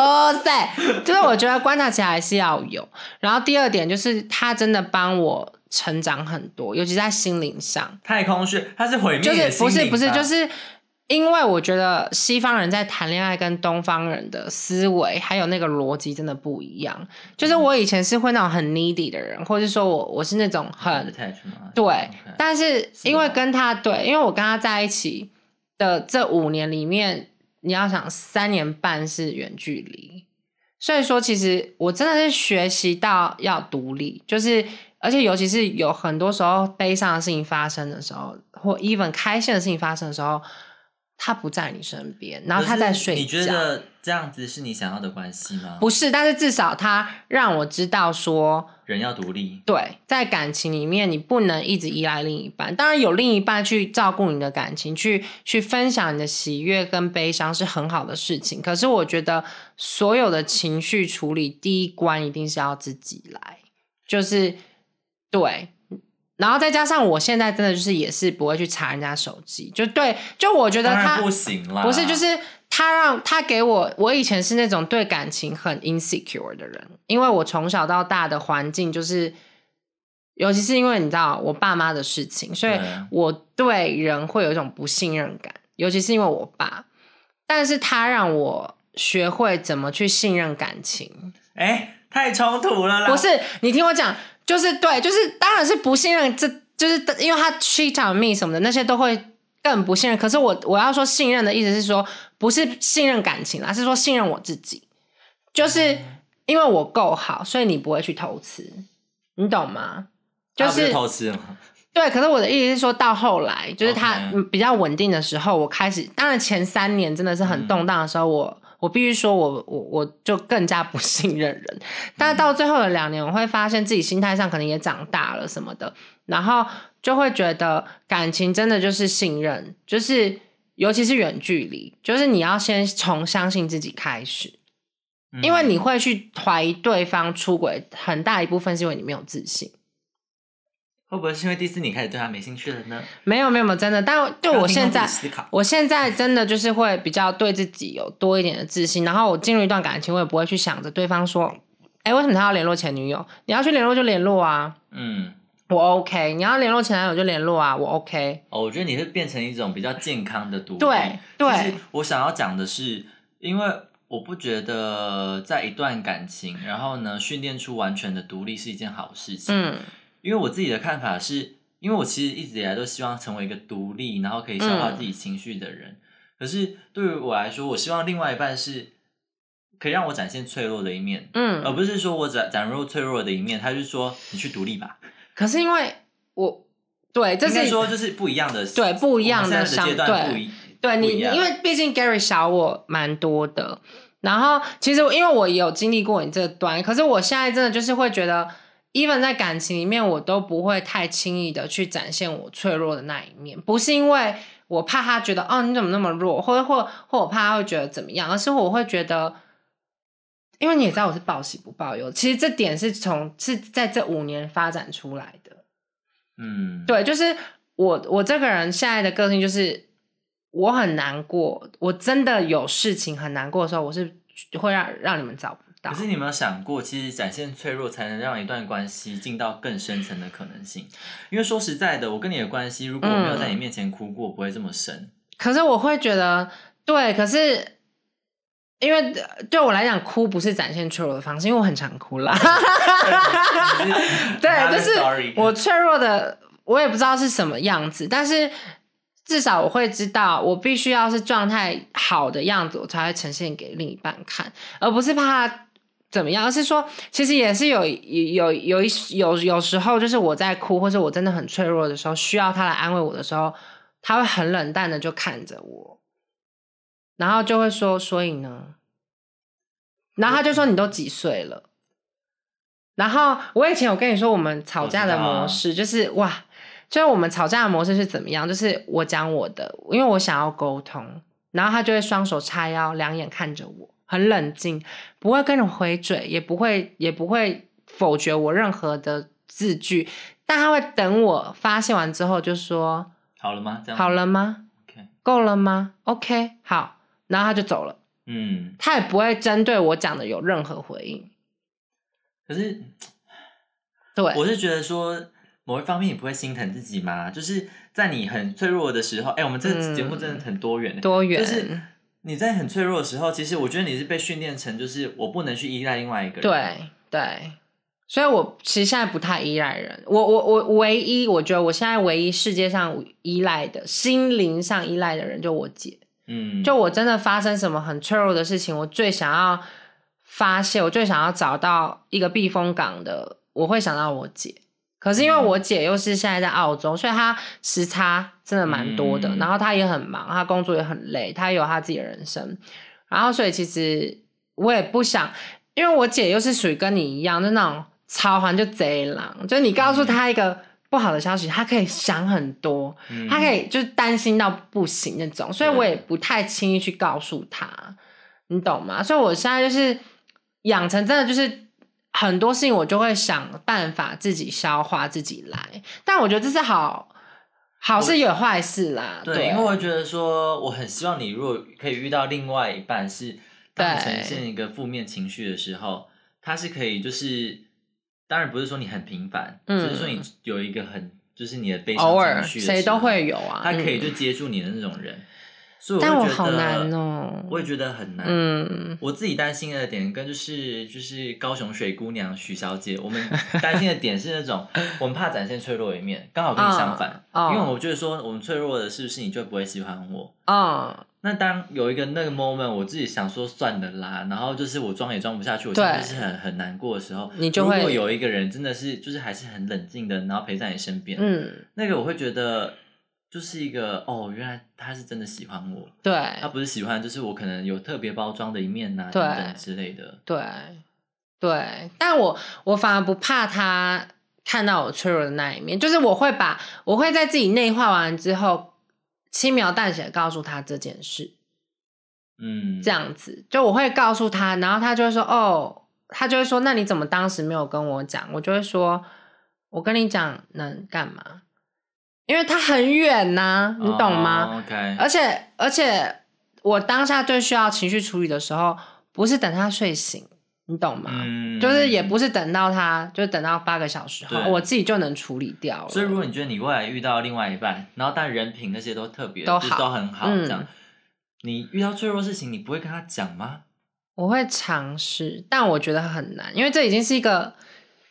Speaker 2: 是，就是我觉得观察起来还是要有。然后第二点就是，他真的帮我成长很多，尤其在心灵上。
Speaker 1: 太空虚，它是毁灭
Speaker 2: 就是
Speaker 1: 你的心
Speaker 2: 不是
Speaker 1: 灵
Speaker 2: 不是，
Speaker 1: 吧
Speaker 2: 就是因为我觉得西方人在谈恋爱跟东方人的思维还有那个逻辑真的不一样。就是我以前是会那种很 needy 的人，或者说我我是那种很
Speaker 1: attach 吗？
Speaker 2: 对
Speaker 1: 啊 OK
Speaker 2: 但是
Speaker 1: 是
Speaker 2: 因为
Speaker 1: 吗
Speaker 2: 跟他对，因为我跟他在一起的这五年里面，你要想三年半是远距离，所以说其实我真的是学习到要独立，就是而且尤其是有很多时候悲伤的事情发生的时候，或 even 开心的事情发生的时候，他不在你身边，然后他在睡
Speaker 1: 可
Speaker 2: 觉。
Speaker 1: 是你觉得这样子是你想要的关系吗？
Speaker 2: 不是，但是至少他让我知道说，
Speaker 1: 人要独立，
Speaker 2: 对，在感情里面，你不能一直依赖另一半。当然，有另一半去照顾你的感情，去去分享你的喜悦跟悲伤是很好的事情。可是，我觉得所有的情绪处理，第一关一定是要自己来，就是对。然后再加上我现在真的就是也是不会去查人家手机，就对，就我觉得
Speaker 1: 当
Speaker 2: 他
Speaker 1: 然不行啦。
Speaker 2: 不是，就是他让他给我，我以前是那种对感情很 insecure 的人，因为我从小到大的环境就是，尤其是因为你知道我爸妈的事情，所以
Speaker 1: 对
Speaker 2: 我对人会有一种不信任感，尤其是因为我爸，但是他让我学会怎么去信任感情，
Speaker 1: 哎、太冲突了啦。
Speaker 2: 不，是，你听我讲，就是对，就是当然是不信任，这就是因为他 cheat on me 什么的那些都会更不信任。可是我我要说信任的意思是说，不是信任感情啦，是说信任我自己，就是因为我够好，所以你不会去偷吃，你懂吗？就
Speaker 1: 他不
Speaker 2: 是
Speaker 1: 偷吃吗？
Speaker 2: 对，可是我的意思是说到后来，就是他
Speaker 1: OK
Speaker 2: 嗯比较稳定的时候，我开始，当然前三年真的是
Speaker 1: 嗯
Speaker 2: 很动荡的时候，我我必须说我我我就更加不 信任人，但是
Speaker 1: 嗯
Speaker 2: 到最后的两年，我会发现自己心态上可能也长大了什么的，然后就会觉得感情真的就是信任，就是尤其是远距离，就是你要先从相信自己开始，
Speaker 1: 嗯
Speaker 2: 因为你会去怀疑对方出轨，很大一部分是因为你没有自信。
Speaker 1: 会不会是因为第四你开始对他没兴趣了呢？
Speaker 2: 没有没有没有真的，但就我现
Speaker 1: 让
Speaker 2: 在
Speaker 1: 听众自己思考
Speaker 2: 我现在真的就是会比较对自己有多一点的自信，然后我进入一段感情，我也不会去想着对方说，哎，为什么他要联络前女友？你要去联络就联络啊，
Speaker 1: 嗯。
Speaker 2: 我 OK；你要联络前男友就联络啊，我 OK。
Speaker 1: 哦，我觉得你会变成一种比较健康的独立。
Speaker 2: 对
Speaker 1: 就是
Speaker 2: 对
Speaker 1: 我想要讲的是，因为我不觉得在一段感情，然后呢，训练出完全的独立是一件好事情。，
Speaker 2: 嗯
Speaker 1: 因为我自己的看法是，因为我其实一直以来都希望成为一个独立，然后可以消
Speaker 2: 嗯
Speaker 1: 化自己情绪的人。可是对于我来说，我希望另外一半是可以让我展现脆弱的一面。而
Speaker 2: 嗯，
Speaker 1: 不是说我展展露脆弱的一面，他就说你去独立吧。
Speaker 2: 可是因为我对这
Speaker 1: 应该
Speaker 2: 是
Speaker 1: 说就是不一样的，
Speaker 2: 对不一样
Speaker 1: 我们现在的
Speaker 2: 的
Speaker 1: 阶
Speaker 2: 伤
Speaker 1: 段不
Speaker 2: 对
Speaker 1: 一
Speaker 2: 对你，
Speaker 1: 不一样
Speaker 2: 因为毕竟 Gary 小我蛮多的，然后其实因为我有经历过你这段，可是我现在真的就是会觉得，even 在感情里面，我都不会太轻易的去展现我脆弱的那一面，不是因为我怕他觉得哦你怎么那么弱，或或或我怕他会觉得怎么样，而是我会觉得。因为你也知道我是报喜不报忧，其实这点是从是在这五年发展出来的。
Speaker 1: 嗯，
Speaker 2: 对，就是我我这个人现在的个性就是，我很难过，我真的有事情很难过的时候，我是会让让你们找不到
Speaker 1: 可。是你有没有想过，其实展现脆弱才能让一段关系进到更深层的可能性？因为说实在的，我跟你的关系，如果我没有在你面前哭过，不会这么深。
Speaker 2: 可是我会觉得，对，可是因为呃对我来讲，哭不是展现脆弱的方式，因为我很常哭啦。对，就
Speaker 3: Sorry
Speaker 2: 是我脆弱的，我也不知道是什么样子，但是至少我会知道，我必须要是状态好的样子，我才会呈现给另一半看，而不是怕他怎么样，而是说，其实也是有有有有一有有时候，就是我在哭，或者我真的很脆弱的时候，需要他来安慰我的时候，他会很冷淡的就看着我，然后就会说，所以呢？然后他就说你都几岁了？然后我以前有跟你说我们吵架的模式，就是哇，就是我们吵架的模式是怎么样？就是我讲我的，因为我想要沟通，然后他就会双手叉腰，两眼看着我，很冷静，不会跟你回嘴，也不会也不会否决我任何的字句，但他会等我发泄完之后就说
Speaker 1: 好了吗？这样
Speaker 2: 好了吗
Speaker 1: OK
Speaker 2: 够了吗？OK，好，然后他就走了。
Speaker 1: 嗯，
Speaker 2: 他也不会针对我讲的有任何回应。
Speaker 1: 可是
Speaker 2: 对，
Speaker 1: 我是觉得说，某一方面你不会心疼自己吗？就是在你很脆弱的时候，哎、我们这个节目真的很多元、欸
Speaker 2: 多元，
Speaker 1: 就是你在很脆弱的时候，其实我觉得你是被训练成，就是我不能去依赖另外一个人。，
Speaker 2: 对对，所以我其实现在不太依赖人。我我我唯一，我觉得我现在唯一世界上依赖的、心灵上依赖的人，就我姐。
Speaker 1: 嗯，
Speaker 2: 就我真的发生什么很脆弱的事情，我最想要发泄，我最想要找到一个避风港的，我会想到我姐。可是因为我姐又是现在在澳洲，所以她时差真的蛮多的，
Speaker 1: 嗯
Speaker 2: 然后她也很忙，她工作也很累，她有她自己的人生，然后所以其实我也不想，因为我姐又是属于跟你一样，就那种超环就贼狼，就你告诉她一个不好的消息，她可以想很多，
Speaker 1: 嗯
Speaker 2: 他可以就是担心到不行那种，所以
Speaker 1: 对
Speaker 2: 我也不太轻易去告诉他，你懂吗？所以我现在就是养成真的就是很多事情我就会想办法自己消化自己来，但我觉得这是好好事也有坏事啦，
Speaker 1: 对，因为我觉得说，我很希望你如果可以遇到另外一半是，当你
Speaker 2: 对
Speaker 1: 呈现一个负面情绪的时候，他是可以就是，当然不是说你很平凡，
Speaker 2: 嗯
Speaker 1: 只是说你有一个很就是你的悲伤
Speaker 2: 偶尔
Speaker 1: 情绪的时候，
Speaker 2: 谁都会有啊，
Speaker 1: 他可以
Speaker 2: 嗯
Speaker 1: 就接住你的那种人，所以
Speaker 2: 但
Speaker 1: 我
Speaker 2: 我
Speaker 1: 会觉
Speaker 2: 好
Speaker 1: 得
Speaker 2: 难哦
Speaker 1: 我也觉得很难，
Speaker 2: 嗯，
Speaker 1: 我自己担心的点跟就是就是高雄水姑娘许小姐，我们担心的点是那种我们怕展现脆弱的一面，刚好跟你相反，
Speaker 2: 哦哦
Speaker 1: 因为我觉得说我们脆弱的是不是你就不会喜欢我？
Speaker 2: 嗯，
Speaker 1: 那当有一个那个 moment，我自己想说算了啦，然后就是我装也装不下去，我
Speaker 2: 对
Speaker 1: 现在就是很很难过的时候，
Speaker 2: 你就会
Speaker 1: 如果有一个人真的是就是还是很冷静的，然后陪在你身边，
Speaker 2: 嗯，
Speaker 1: 那个我会觉得就是一个哦，原来他是真的喜欢我，
Speaker 2: 对
Speaker 1: 他不是喜欢，就是我可能有特别包装的一面呐、
Speaker 2: 对
Speaker 1: 等等之类的。
Speaker 2: 对对，但我我反而不怕他看到我脆弱的那一面，就是我会把我会在自己内化完之后，轻描淡写地告诉他这件事，
Speaker 1: 嗯，
Speaker 2: 这
Speaker 1: 样，
Speaker 2: 样子就我会告诉他，然后他就会说哦，他就会说那你怎么当时没有跟我讲？我就会说，我跟你讲能干嘛？因为他很远呐、你懂吗？
Speaker 1: o k
Speaker 2: 而且而且，我当下最需要情绪处理的时候，不是等他睡醒，你懂吗？
Speaker 1: 嗯
Speaker 2: 就是也不是等到他，就是等到八个小时后，
Speaker 1: 对
Speaker 2: 我自己就能处理掉了。
Speaker 1: 所以，如果你觉得你未来遇到另外一半，然后但人品那些都特别，
Speaker 2: 都
Speaker 1: 就是
Speaker 2: 好
Speaker 1: 都很好，
Speaker 2: 嗯
Speaker 1: 这样，你遇到脆弱的事情，你不会跟他讲吗？
Speaker 2: 我会尝试，但我觉得很难，因为这已经是一个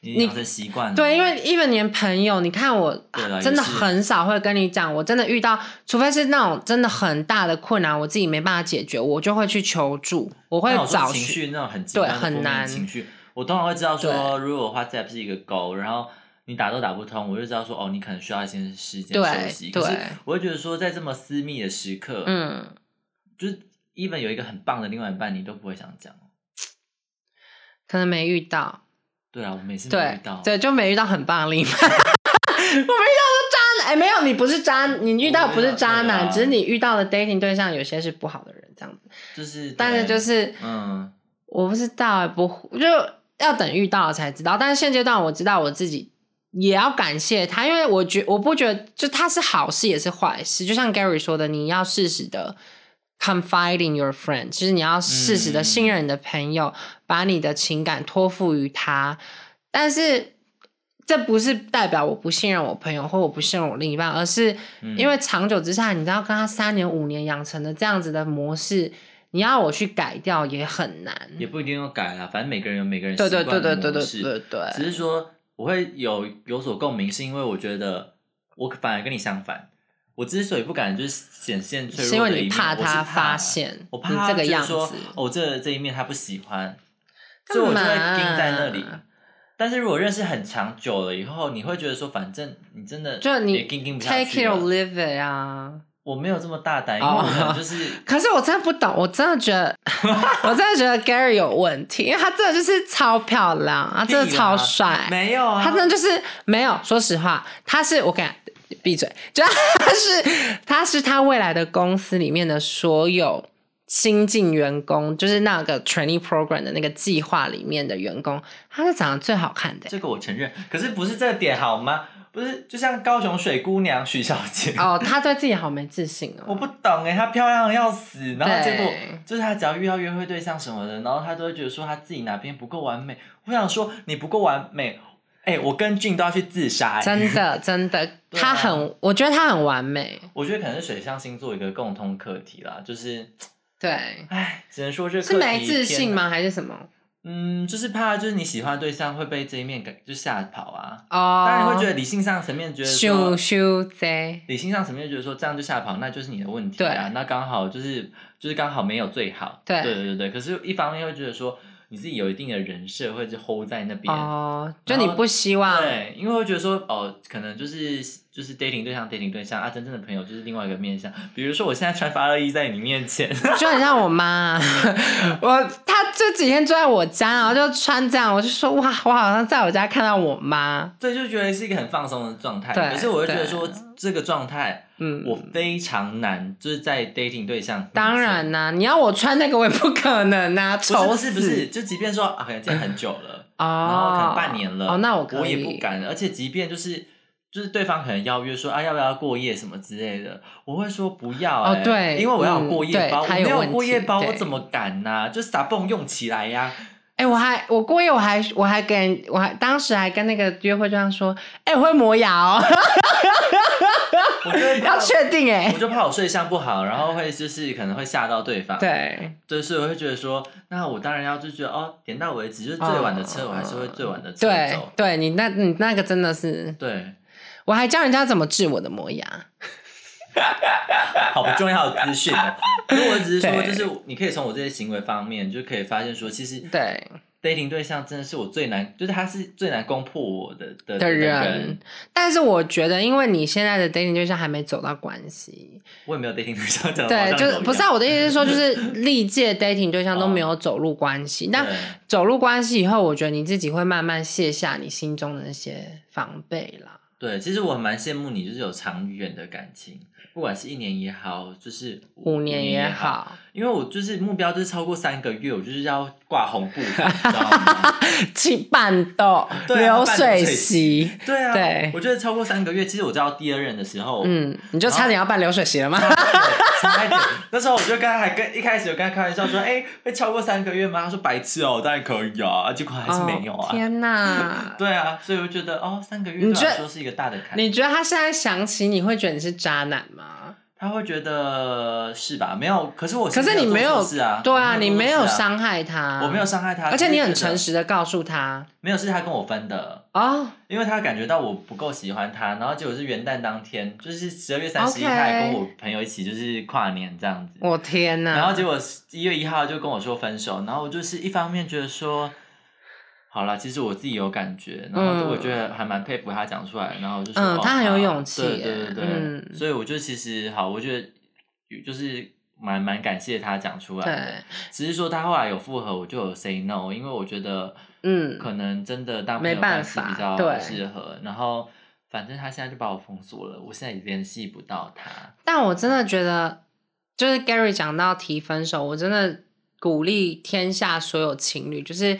Speaker 1: 你
Speaker 2: 你
Speaker 1: 养成习惯了，
Speaker 2: 对，因为 even 连朋友，你看我
Speaker 1: 嗯
Speaker 2: 啊
Speaker 1: 对啦
Speaker 2: 真的
Speaker 1: 也是
Speaker 2: 很少会跟你讲，我真的遇到，除非是那种真的很大的困难，我自己没办法解决，我就会去求助，我会
Speaker 1: 那我说
Speaker 2: 找
Speaker 1: 情
Speaker 2: 寻
Speaker 1: 绪那种很极端
Speaker 2: 对
Speaker 1: 的
Speaker 2: 很
Speaker 1: 负面
Speaker 2: 难
Speaker 1: 情绪，我通常会知道说，哦
Speaker 2: 对
Speaker 1: 如果我 WhatsApp 是一个勾，然后你打都打不通，我就知道说哦，你可能需要一些时间
Speaker 2: 对
Speaker 1: 休息。可是
Speaker 2: 对
Speaker 1: 我会觉得说，在这么私密的时刻，
Speaker 2: 嗯，
Speaker 1: 就是 even 有一个很棒的另外一半，你都不会想讲。
Speaker 2: 可能没遇到，
Speaker 1: 对啊，我每次没
Speaker 2: 对
Speaker 1: 遇到，
Speaker 2: 对，就没遇到很棒的另一 半。我没遇到说渣男，哎，没有，你不是渣，你遇到不是渣
Speaker 1: 我没遇到对
Speaker 2: 男，
Speaker 1: 啊
Speaker 2: 只是你遇到的 dating 对象有些是不好的人这样子，
Speaker 1: 就是
Speaker 2: 但是
Speaker 1: 对
Speaker 2: 就是
Speaker 1: 嗯，
Speaker 2: 我不知道欸，不就要等遇到了才知道。但是现阶段我知道我自己也要感谢他，因为我觉我不觉得就他是好事也是坏事。就像 Gary 说的，你要适时的 confide in your friend，就是你要适时的
Speaker 1: 嗯
Speaker 2: 信任你的朋友，把你的情感托付于他。但是这不是代表我不信任我朋友或我不信任我另一半，而是因为长久之下，你知道跟他三年五年养成的这样子的模式，你要我去改掉也很难。
Speaker 1: 也不一定要改啦，反正每个人有每个人
Speaker 2: 嗯对对
Speaker 1: 习惯
Speaker 2: 对
Speaker 1: 的
Speaker 2: 对对
Speaker 1: 模
Speaker 2: 对
Speaker 1: 式
Speaker 2: 对对，
Speaker 1: 只是说我会有有所共鸣，是因为我觉得我反而跟你相反。我之所以不敢就是显现脆
Speaker 2: 是因
Speaker 1: 弱的
Speaker 2: 为
Speaker 1: 一面，
Speaker 2: 你怕
Speaker 1: 我是
Speaker 2: 他
Speaker 1: 怕
Speaker 2: 发，现
Speaker 1: 我
Speaker 2: 你
Speaker 1: 怕
Speaker 2: 这个样
Speaker 1: 说
Speaker 2: 子。
Speaker 1: 哦，这这一面他不喜欢，所以我就会盯在那里
Speaker 2: 干嘛。
Speaker 1: 但是如果认识很长久了以后，你会觉得说，反正你真的
Speaker 2: 就
Speaker 1: 也
Speaker 2: 你
Speaker 1: 盯盯不下
Speaker 2: take
Speaker 1: 去
Speaker 2: it or
Speaker 1: 了。
Speaker 2: leave 哦 it 啊！
Speaker 1: 我没有这么大胆，因为我可能就是
Speaker 2: 可是我真的不懂，我真的觉得，我真的觉得 Gary 有问题，因为他真的就是超漂亮，他真的
Speaker 1: 屁啊
Speaker 2: 超帅，
Speaker 1: 没有啊，
Speaker 2: 哎他真的就是没有。说实话，他是我感闭嘴，就他是他是他未来的公司里面的所有新进员工，就是那个 training program 的那个计划里面的员工，他是长得最好看的、
Speaker 1: 这个我承认，可是不是这点好吗？不是，就像高雄水姑娘许小 姐，
Speaker 2: 哦，他对自己好没自信
Speaker 1: 我
Speaker 2: 哦。
Speaker 1: 不懂哎、她漂亮得要死，然后结果
Speaker 2: 对
Speaker 1: 就是她只要遇到约会对象什么的，然后她都会觉得说她自己哪边不够完美。我想说你不够完美，哎、我跟俊都要去自杀、欸。
Speaker 2: 真的，真的，
Speaker 1: 对啊
Speaker 2: 他很，我觉得他很完美。
Speaker 1: 我觉得可能是水象星座一个共通课题啦，就是
Speaker 2: 对，
Speaker 1: 哎，只能说这个课
Speaker 2: 是
Speaker 1: 题
Speaker 2: 没自信
Speaker 1: 偏难？
Speaker 2: 吗？还是什么？
Speaker 1: 嗯，就是怕就是你喜欢的对象会被这一面给就吓跑啊。
Speaker 2: 哦，
Speaker 1: 当然会觉得理性上层面觉得说
Speaker 2: 羞羞贼。
Speaker 1: 理性上层面觉得说这样就吓跑，那就是你的问题啊。
Speaker 2: 对
Speaker 1: 那刚好就是就是刚好没有最好。
Speaker 2: 对
Speaker 1: 对对对对可是，一方面会觉得说你自己有一定的人设，或者是 hold 在那边。
Speaker 2: 哦，就
Speaker 1: 然后
Speaker 2: 你不希望
Speaker 1: 对，因为会觉得说哦，可能就是就是 dating 对象 dating 对象啊，真正的朋友就是另外一个面向。比如说我现在穿发热衣在你面前，
Speaker 2: 就很像我妈，我她这几天住在我家，然后就穿这样，我就说哇，我好像在我家看到我妈，
Speaker 1: 对，就觉得是一个很放松的状态。
Speaker 2: 对
Speaker 1: 可是我会觉得
Speaker 2: 对
Speaker 1: 说这个状态
Speaker 2: 嗯，
Speaker 1: 我非常难，就是在 dating 对象面前。
Speaker 2: 当然啦、你要我穿那个我也不可能啊，
Speaker 1: 不是
Speaker 2: 丑
Speaker 1: 不
Speaker 2: 死
Speaker 1: 是不是，就即便说啊，可能见很久了。然后
Speaker 2: 哦，
Speaker 1: 可能半年了，
Speaker 2: 哦，那我可以，
Speaker 1: 我也不，敢，而且即便就是就是对方可能邀约说啊要不要过夜什么之类的，我会说不要、
Speaker 2: 哦
Speaker 1: 欸
Speaker 2: 对
Speaker 1: 因为我要有
Speaker 2: 嗯
Speaker 1: 过夜包，
Speaker 2: 对
Speaker 1: 我
Speaker 2: 他
Speaker 1: 没
Speaker 2: 有
Speaker 1: 有
Speaker 2: 问
Speaker 1: 过夜
Speaker 2: 题
Speaker 1: 包我
Speaker 2: 对
Speaker 1: 怎么敢呐、就撒蹦用起来呀、
Speaker 2: 哎、我还我过夜我还我还跟我还当时还跟那个约会对象说，哎、我会磨牙哦，
Speaker 1: 我就会怕
Speaker 2: 要确定哎、
Speaker 1: 我就怕我睡相不好，然后会就是可能会吓到对方，，
Speaker 2: 对，
Speaker 1: 就是我会觉得说，那我当然要就觉得哦，点到为止，就是最晚的车、我还是会最晚的车
Speaker 2: 对
Speaker 1: 走，
Speaker 2: 对，你那你那个真的是，
Speaker 1: 对，
Speaker 2: 我还教人家怎么治我的磨牙。
Speaker 1: 好不重要的资讯 哦。可是我只是说，
Speaker 2: 对
Speaker 1: 就是你可以从我这些行为方面，就可以发现说，其实
Speaker 2: 对
Speaker 1: dating 对象真的是我最难，就是他是最难攻破我的的
Speaker 2: 的人
Speaker 1: 人。，
Speaker 2: 但是我觉得，因为你现在的 dating 对象还没走到关系，
Speaker 1: 我也没有 dating 对象，讲得嗯好
Speaker 2: 对，
Speaker 1: 像
Speaker 2: 就
Speaker 1: 有
Speaker 2: 是
Speaker 1: 一
Speaker 2: 不是、
Speaker 1: 样嗯
Speaker 2: 啊、我的意思是说，就是历届 dating 对象都没有走入关系。那
Speaker 1: 对
Speaker 2: 走入关系以后，我觉得你自己会慢慢卸下你心中的那些防备啦。
Speaker 1: 对，其实我蛮羡慕你，就是有长远的感情，不管是一年也好，就是
Speaker 2: 五年也
Speaker 1: 好，
Speaker 2: 好，
Speaker 1: 因为我就是目标就是超过三个月，我就是要挂红 布，你知道吗？
Speaker 2: 气半豆、
Speaker 1: 对啊
Speaker 2: 流
Speaker 1: 半
Speaker 2: 水
Speaker 1: 流水
Speaker 2: 席，
Speaker 1: 对啊，
Speaker 2: 对
Speaker 1: 我觉得超过三个月，其实我知道第二任的时候，
Speaker 2: 嗯，你就差点要办流水席了吗？
Speaker 1: 差一点。那时候我就跟他还跟一开始有跟他开玩笑说，哎、会超过三个月吗？他说白痴哦、当然可以啊，结果还是没有
Speaker 2: 哦
Speaker 1: 啊。
Speaker 2: 天 哪！
Speaker 1: 对啊，所以我就觉得哦，三个月对
Speaker 2: 你觉
Speaker 1: 我
Speaker 2: 得
Speaker 1: 来说是一个大的坎。
Speaker 2: 你觉得他现在想起你会觉得你是渣男吗？
Speaker 1: 他会觉得是吧？没有，可是我
Speaker 2: 可是你
Speaker 1: 没
Speaker 2: 没有
Speaker 1: 是啊，
Speaker 2: 对啊，
Speaker 1: 我
Speaker 2: 你
Speaker 1: 没
Speaker 2: 没
Speaker 1: 有
Speaker 2: 有
Speaker 1: 做错事啊，
Speaker 2: 伤害他，
Speaker 1: 我没有伤害他，
Speaker 2: 而且你很
Speaker 1: 只是觉得
Speaker 2: 诚，实的告诉他
Speaker 1: 没有是他跟我分的，
Speaker 2: 哦，
Speaker 1: 因为他感觉到我不够喜欢他，然后结果是元旦当天，就是十二月三十一，
Speaker 2: OK
Speaker 1: 他还跟我朋友一起就是跨年这样子，
Speaker 2: 我天哪！
Speaker 1: 然后结果一月一号就跟我说分手，然后我就是一方面觉得说，好了，其实我自己有感觉，然后我觉得还蛮佩服他讲出来，然后就说、
Speaker 2: 嗯
Speaker 1: 哦
Speaker 2: 他很有勇气
Speaker 1: 对
Speaker 2: 耶
Speaker 1: 对对对，
Speaker 2: 嗯
Speaker 1: 所以我就其实好，我觉得就是蛮蛮感谢他讲出来的，
Speaker 2: 对，
Speaker 1: 只是说他后来有复合，我就有 say no，因为我觉得
Speaker 2: 嗯
Speaker 1: 可能真的当朋
Speaker 2: 没
Speaker 1: 友
Speaker 2: 办
Speaker 1: 关系比
Speaker 2: 法
Speaker 1: 较
Speaker 2: 对
Speaker 1: 适合，然后反正他现在就把我封锁了，我现在也联系不到他，
Speaker 2: 但我真的觉得，就是 Gary 讲到提分手，我真的鼓励天下所有情侣，就是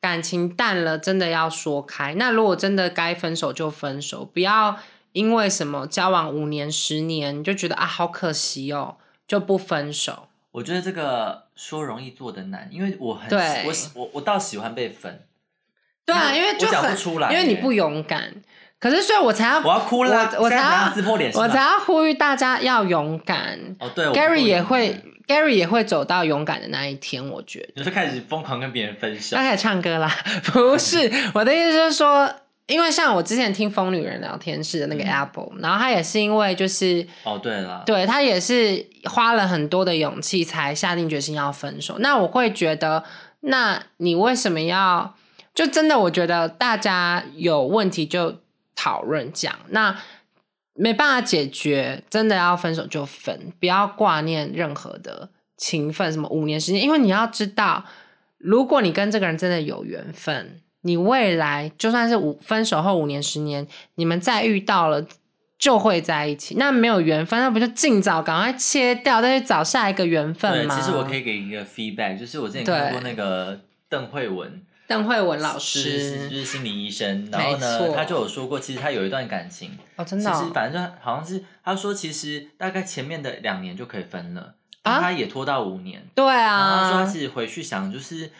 Speaker 2: 感情淡了，真的要说开。那如果真的该分手就分手，不要因为什么交往五年、十年就觉得啊好可惜哦，就不分手。
Speaker 1: 我觉得这个说容易做的难，因为我很
Speaker 2: 对
Speaker 1: 我喜我我倒喜欢被粉，
Speaker 2: 对啊，
Speaker 1: 因
Speaker 2: 因
Speaker 1: 为
Speaker 2: 为就
Speaker 1: 我讲不
Speaker 2: 很
Speaker 1: 出来
Speaker 2: 因为你
Speaker 1: 耶
Speaker 2: 不勇敢。可是所以我才要
Speaker 1: 我要哭啦，
Speaker 2: 我我才
Speaker 1: 现在怎
Speaker 2: 要
Speaker 1: 样撕破脸是
Speaker 2: 我
Speaker 1: 吗，
Speaker 2: 才要呼吁大家要勇敢。
Speaker 1: 哦，对我
Speaker 2: Gary
Speaker 1: 不
Speaker 2: 也
Speaker 1: 勇
Speaker 2: 会
Speaker 1: 敢，
Speaker 2: ，Gary 也会走到勇敢的那一天，我觉
Speaker 1: 就
Speaker 2: 得。
Speaker 1: 是开始疯狂跟别人分手
Speaker 2: 要。开始唱歌啦？ 不是，我的意思就是说，因为像我之前听疯女人聊天室的那个
Speaker 1: 嗯
Speaker 2: Apple，、然后她也是因为就是
Speaker 1: 哦，对了，
Speaker 2: 对她也是花了很多的勇气才下定决心要分手。那我会觉得，那你为什么要？就真的，我觉得大家有问题就讨论讲，那没办法解决，真的要分手就分，不要挂念任何的情分，什么五年时间，因为你要知道，如果你跟这个人真的有缘分，你未来就算是五分手后五年十年，你们再遇到了。就会在一起，那没有缘分，那不就尽早赶快切掉，再去找下一个缘分
Speaker 1: 对，
Speaker 2: 吗？
Speaker 1: 其实我可以给一个 feedback，就是我之前看过
Speaker 2: 对
Speaker 1: 那个邓慧文
Speaker 2: 邓慧文老
Speaker 1: 就是
Speaker 2: 师
Speaker 1: 就是心理医生，然后
Speaker 2: 没
Speaker 1: 呢，
Speaker 2: 错
Speaker 1: 他就有说过，其实他有一段感情，
Speaker 2: 哦，
Speaker 1: 其
Speaker 2: 真的、
Speaker 1: 实
Speaker 2: 哦，
Speaker 1: 反正好像是他说，其实大概前面的两年就可以分了，
Speaker 2: 啊
Speaker 1: 但他也拖到五年，
Speaker 2: 对
Speaker 1: 然后他说
Speaker 2: 啊
Speaker 1: 他，其实回去想，就是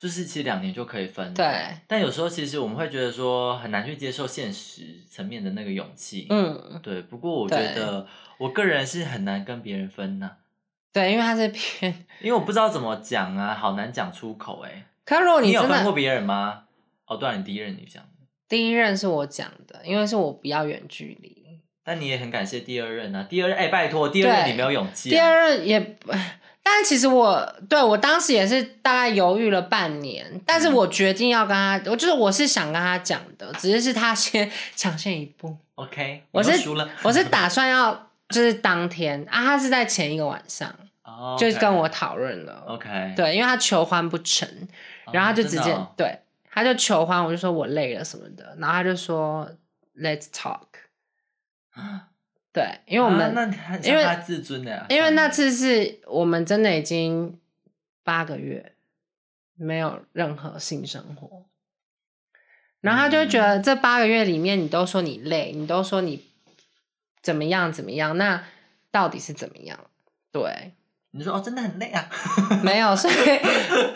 Speaker 1: 就是其实两年就可以分，
Speaker 2: 对，，
Speaker 1: 但有时候其实我们会觉得说很难去接受现实层面的那个勇气，
Speaker 2: 嗯，
Speaker 1: 对，不过我觉
Speaker 2: 对
Speaker 1: 得我个人是很难跟别人分呐、
Speaker 2: 对，因为他是偏。
Speaker 1: 因为我不知道怎么讲啊，好难讲出口哎、
Speaker 2: 可如果
Speaker 1: 你有
Speaker 2: 真
Speaker 1: 分过
Speaker 2: 的
Speaker 1: 别人吗？哦，对、啊，你第一任你讲，
Speaker 2: 第一任是我讲的，因为是我比较远距离，
Speaker 1: 但你也很感谢第二任啊，第二任哎、拜托，第二任
Speaker 2: 对
Speaker 1: 你没有勇气、啊，
Speaker 2: 第二任也，但其实我对我当时也是大概犹豫了半年，但
Speaker 1: 嗯
Speaker 2: 是我决定要跟他，我就是我是想跟他讲的，只是是他先 抢先一步，
Speaker 1: OK，
Speaker 2: 我
Speaker 1: 你又
Speaker 2: 是
Speaker 1: 输了，
Speaker 2: 我是打算要就是当天啊，他是在前一个晚 上
Speaker 1: 哦
Speaker 2: 就跟我讨论了
Speaker 1: OK，
Speaker 2: 对，因为他求欢不成，然后他就直接、
Speaker 1: 哦
Speaker 2: 对，他就求欢，我就说我累了什么的，然后他就说 Let's talk。对，
Speaker 1: 真的哦
Speaker 2: 因为我们、
Speaker 1: 啊那他
Speaker 2: 因为
Speaker 1: 他自尊的、啊，
Speaker 2: 因为那
Speaker 1: 算
Speaker 2: 次是我们真的已经八个月没有任何性生活，然后他就会觉
Speaker 1: 嗯
Speaker 2: 得这八个月里面，你都说你累，你都说你怎么样怎么样，那到底是怎么样？对，
Speaker 1: 了你说哦，真的很累啊，
Speaker 2: 没有，所以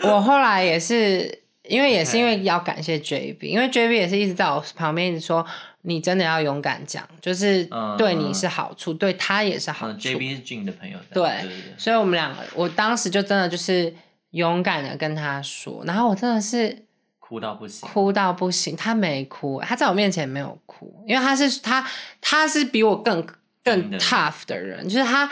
Speaker 2: 我后来也是因为也是因为要感谢 JB，因为 JB 也是一直在我旁边一直说，你真的要勇敢讲，就是
Speaker 1: 嗯
Speaker 2: 对你是好处，对他也是好
Speaker 1: 嗯
Speaker 2: 处。
Speaker 1: ，JB 是 Jun 的朋友，
Speaker 2: 对
Speaker 1: 对对对，
Speaker 2: 所以我们两个，我当时就真的就是勇敢的跟他说，然后我真的是
Speaker 1: 哭到不行，
Speaker 2: 哭到不行，他没哭，他在我面前没有哭，因为他是他他是比我更
Speaker 1: 真
Speaker 2: 更
Speaker 1: 的
Speaker 2: tough 的人，就是他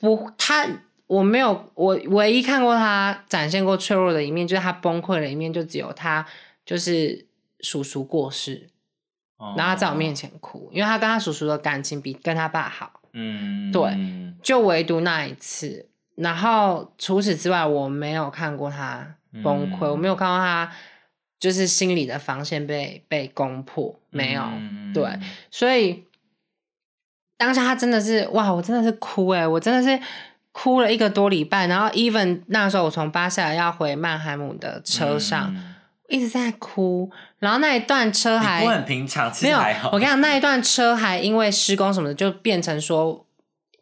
Speaker 2: 不他我没有我唯一看过他展现过脆弱的一面，就是他崩溃的一面，就只有他就是叔叔过世，
Speaker 1: 哦
Speaker 2: 然后他在我面，前哭，因为他跟他叔叔的感情比跟他爸好。
Speaker 1: 嗯，
Speaker 2: 对
Speaker 1: 嗯
Speaker 2: 就唯独那一次。然后除此之外，我没有看过他崩溃，
Speaker 1: 嗯
Speaker 2: 我没有看到他就是心理的防线被被攻破，没有。
Speaker 1: 嗯
Speaker 2: 对所以当下他真的是哇，我真的是哭诶、我真的是哭了一个多礼拜。然后 even 那时候我从巴塞尔要回曼海姆的车上，
Speaker 1: 嗯
Speaker 2: 一直在哭，然后那一段车还
Speaker 1: 你哭很平常，其
Speaker 2: 没
Speaker 1: 实
Speaker 2: 有，
Speaker 1: 还好。
Speaker 2: 我跟你讲，那一段车还因为施工什么的，就变成说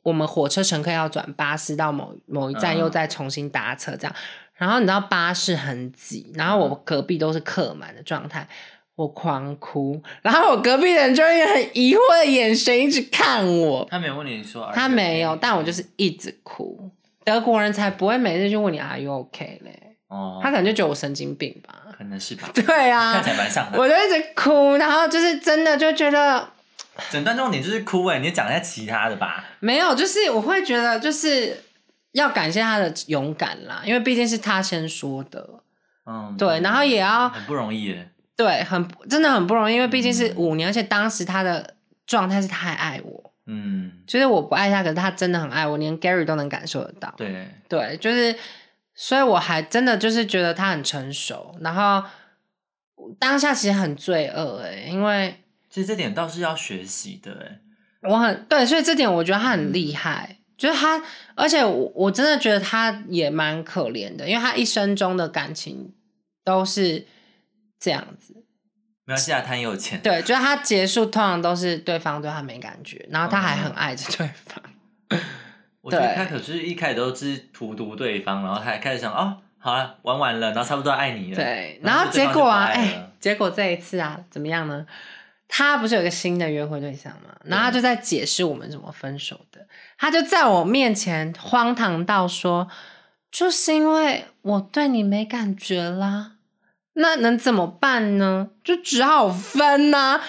Speaker 2: 我们火车乘客要转巴士到某某一站，
Speaker 1: 嗯
Speaker 2: 又再重新搭车这样。然后你知道巴士很挤，然后我隔壁都是客满的状态，我狂哭，然后我隔壁的人就用很疑惑的眼神一直看我，
Speaker 1: 他没有问你说，，
Speaker 2: 他没有，但我就是
Speaker 1: 哎
Speaker 2: 是一直哭。德国人才不会每日就问你 Are you OK 嘞，
Speaker 1: 哦，
Speaker 2: 他可能就觉得我神经病吧。
Speaker 1: 可能是吧，
Speaker 2: 对
Speaker 1: 看
Speaker 2: 啊
Speaker 1: 起，来蛮像的。
Speaker 2: 我就一直哭，然后就是真的就觉得
Speaker 1: 整段重点就是哭哎，你讲一下其他的吧。
Speaker 2: 没有，就是我会觉得就是要感谢他的勇敢啦，因为毕竟是他先说的，
Speaker 1: 嗯，
Speaker 2: 对，然后也要
Speaker 1: 很不容易欸耶，
Speaker 2: 对，很真的很不容易，因为毕竟是五年，而且当时他的状态是他还爱我，
Speaker 1: 嗯，
Speaker 2: 就是我不爱他，可是他真的很爱我，连 Gary 都能感受得到。
Speaker 1: 对，
Speaker 2: 对，就是，所以我还真的就是觉得他很成熟，然后当下其实很罪恶哎、因为
Speaker 1: 其实这点倒是要学习的，哎，
Speaker 2: 我很对，所以这点我觉得他很厉害，就是他，而且我我真的觉得他也蛮可怜的，因为他一生中的感情都是这样子。
Speaker 1: 没关系啊，他很有钱，
Speaker 2: 对，就是他结束通常都是对方对他没感觉，然后他还很
Speaker 1: 嗯
Speaker 2: 爱着对方。
Speaker 1: 我觉得
Speaker 2: 对
Speaker 1: 他可是一开始都是荼毒对方，然后他还开始想哦，好了，玩完了，然后差不多爱你了，，
Speaker 2: 对，
Speaker 1: 然
Speaker 2: 然
Speaker 1: 后
Speaker 2: 后
Speaker 1: 对
Speaker 2: 结
Speaker 1: 方就
Speaker 2: 果啊，
Speaker 1: 不爱
Speaker 2: 哎、
Speaker 1: 了
Speaker 2: 结果这一次啊，怎么样呢？他不是有个新的约会对象嘛，然后他
Speaker 1: 嗯
Speaker 2: 就在解释我们怎么分手的，他就在我面前荒唐到说，就是因为我对你没感觉啦，那能怎么办呢？就只好分呐、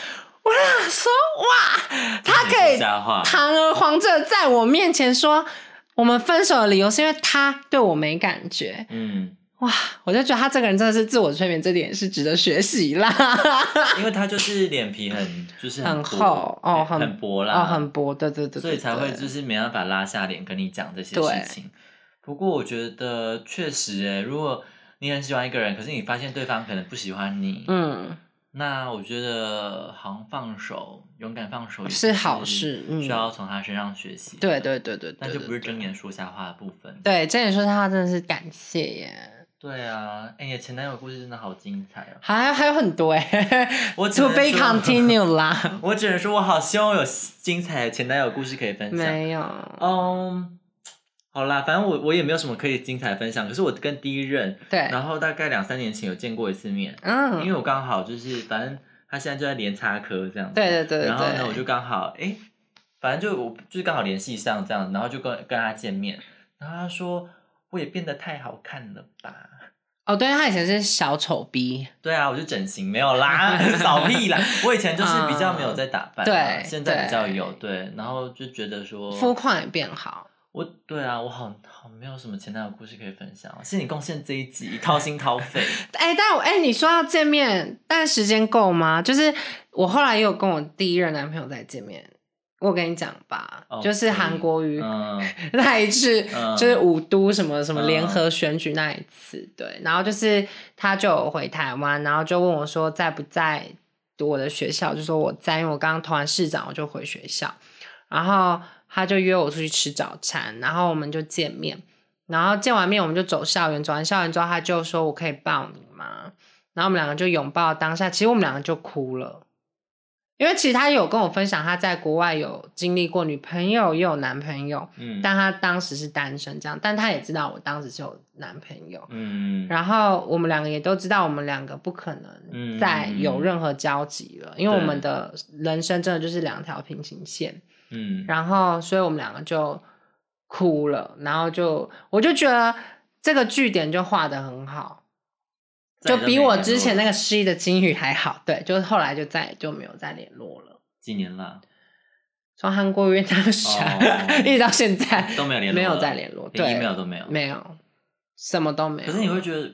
Speaker 2: 我想说，哇，他可以
Speaker 1: 瞎话，
Speaker 2: 堂而皇之地在我面前说我们分手的理由是因为他对我没感觉，
Speaker 1: 嗯，
Speaker 2: 哇！我就觉得他这个人真的是自我催眠，这点是值得学 习啦，
Speaker 1: 因为他就是脸皮很，就是
Speaker 2: 很
Speaker 1: 薄
Speaker 2: 厚哦，
Speaker 1: 很
Speaker 2: 很
Speaker 1: 薄啦，
Speaker 2: 哦，很薄，对对对，
Speaker 1: 所以才会
Speaker 2: 对
Speaker 1: 就是没办法拉下脸跟你讲这些
Speaker 2: 对
Speaker 1: 事情。不过我觉得确实、欸，如果你很喜欢一个人，可是你发现对方可能不喜欢你，
Speaker 2: 嗯，
Speaker 1: 那我觉得好像放手，勇敢放手也
Speaker 2: 是好事嗯
Speaker 1: 需要从他身上学习。
Speaker 2: 对，对对对，
Speaker 1: 但
Speaker 2: 对
Speaker 1: 就不是。睁
Speaker 2: 对
Speaker 1: 眼说瞎话的部分。
Speaker 2: 对，这也说他真的是感谢耶，
Speaker 1: 对啊，哎、你的前男友故事真的好精彩哦！
Speaker 2: 还还有很多 哎
Speaker 1: 我只
Speaker 2: ，To
Speaker 1: 能
Speaker 2: be
Speaker 1: 说
Speaker 2: continue 啦，
Speaker 1: 我只能说，我好希望有精彩的前男友故事可以分享。
Speaker 2: 没有，
Speaker 1: 嗯，好啦，反正我我也没有什么可以精彩分享。可是我跟第一任，
Speaker 2: 对，
Speaker 1: 然后大概两三年前有见过一次面，因为
Speaker 2: 嗯，
Speaker 1: 我刚好就是反正他现在就在连插科这样子。
Speaker 2: 对对对对，
Speaker 1: 然后呢，
Speaker 2: 对
Speaker 1: 我就刚好哎，反正就我就是刚好联系上这样，然后就跟跟他见面，然后他说我也变得太好看了吧。
Speaker 2: 哦，对他以前是小丑逼，
Speaker 1: 对啊，我就整形没有啦， 扫屁啦！我以前就是比较没有在打扮啊、
Speaker 2: 嗯对
Speaker 1: 现在比较
Speaker 2: 对
Speaker 1: 有对，然后就觉得说
Speaker 2: 肤况也变好。
Speaker 1: 我对啊，我好好没有什么前男友故事可以分享哦，是你贡献这一集掏心掏 肺，
Speaker 2: 哎、但我哎、你说要见面，但时间够吗？就是我后来也有跟我第一任男朋友再见面，我跟你讲吧
Speaker 1: 哦
Speaker 2: 就是
Speaker 1: 可以
Speaker 2: 韩国瑜、
Speaker 1: 嗯，
Speaker 2: 那一次，
Speaker 1: 嗯
Speaker 2: 就是五都什么什么
Speaker 1: 嗯
Speaker 2: 联合选举那一次，对，然后就是他就有回台湾，然后就问我说在不在读我的学校，就说我在，因为我刚刚投完市长，我就回学校，然后他就约我出去吃早餐，然后我们就见面，然后见完面我们就走校园，走完校园之后他就说我可以抱你吗？然后我们两个就拥抱当下，其实我们两个就哭了。因为其实他有跟我分享，他在国外有经历过女朋友，也有男朋友，
Speaker 1: 嗯
Speaker 2: 但他当时是单身这样，但他也知道我当时是有男朋友，
Speaker 1: 嗯，
Speaker 2: 然后我们两个也都知道我们两个不可能
Speaker 1: 嗯
Speaker 2: 再有任何交集了，因为我
Speaker 1: 对
Speaker 2: 们的人生真的就是两条平行线，
Speaker 1: 嗯，
Speaker 2: 然后所以我们两个就哭了，然后就我就觉得这个据点就画的很好，
Speaker 1: 再
Speaker 2: 就
Speaker 1: 也
Speaker 2: 比
Speaker 1: 没
Speaker 2: 我
Speaker 1: 联
Speaker 2: 之前
Speaker 1: 络
Speaker 2: 那
Speaker 1: 了
Speaker 2: 个失忆的金鱼还好，对，就是后来就再也就没有再联络了。
Speaker 1: 几年了，
Speaker 2: 从韩国约当时啊、
Speaker 1: 哦
Speaker 2: 一直到现在
Speaker 1: 都没有联络了，
Speaker 2: 没有再联络，
Speaker 1: 连
Speaker 2: 对，
Speaker 1: email 都没有，
Speaker 2: 没有，什么都没有。
Speaker 1: 可是你会
Speaker 2: 得，
Speaker 1: 觉得，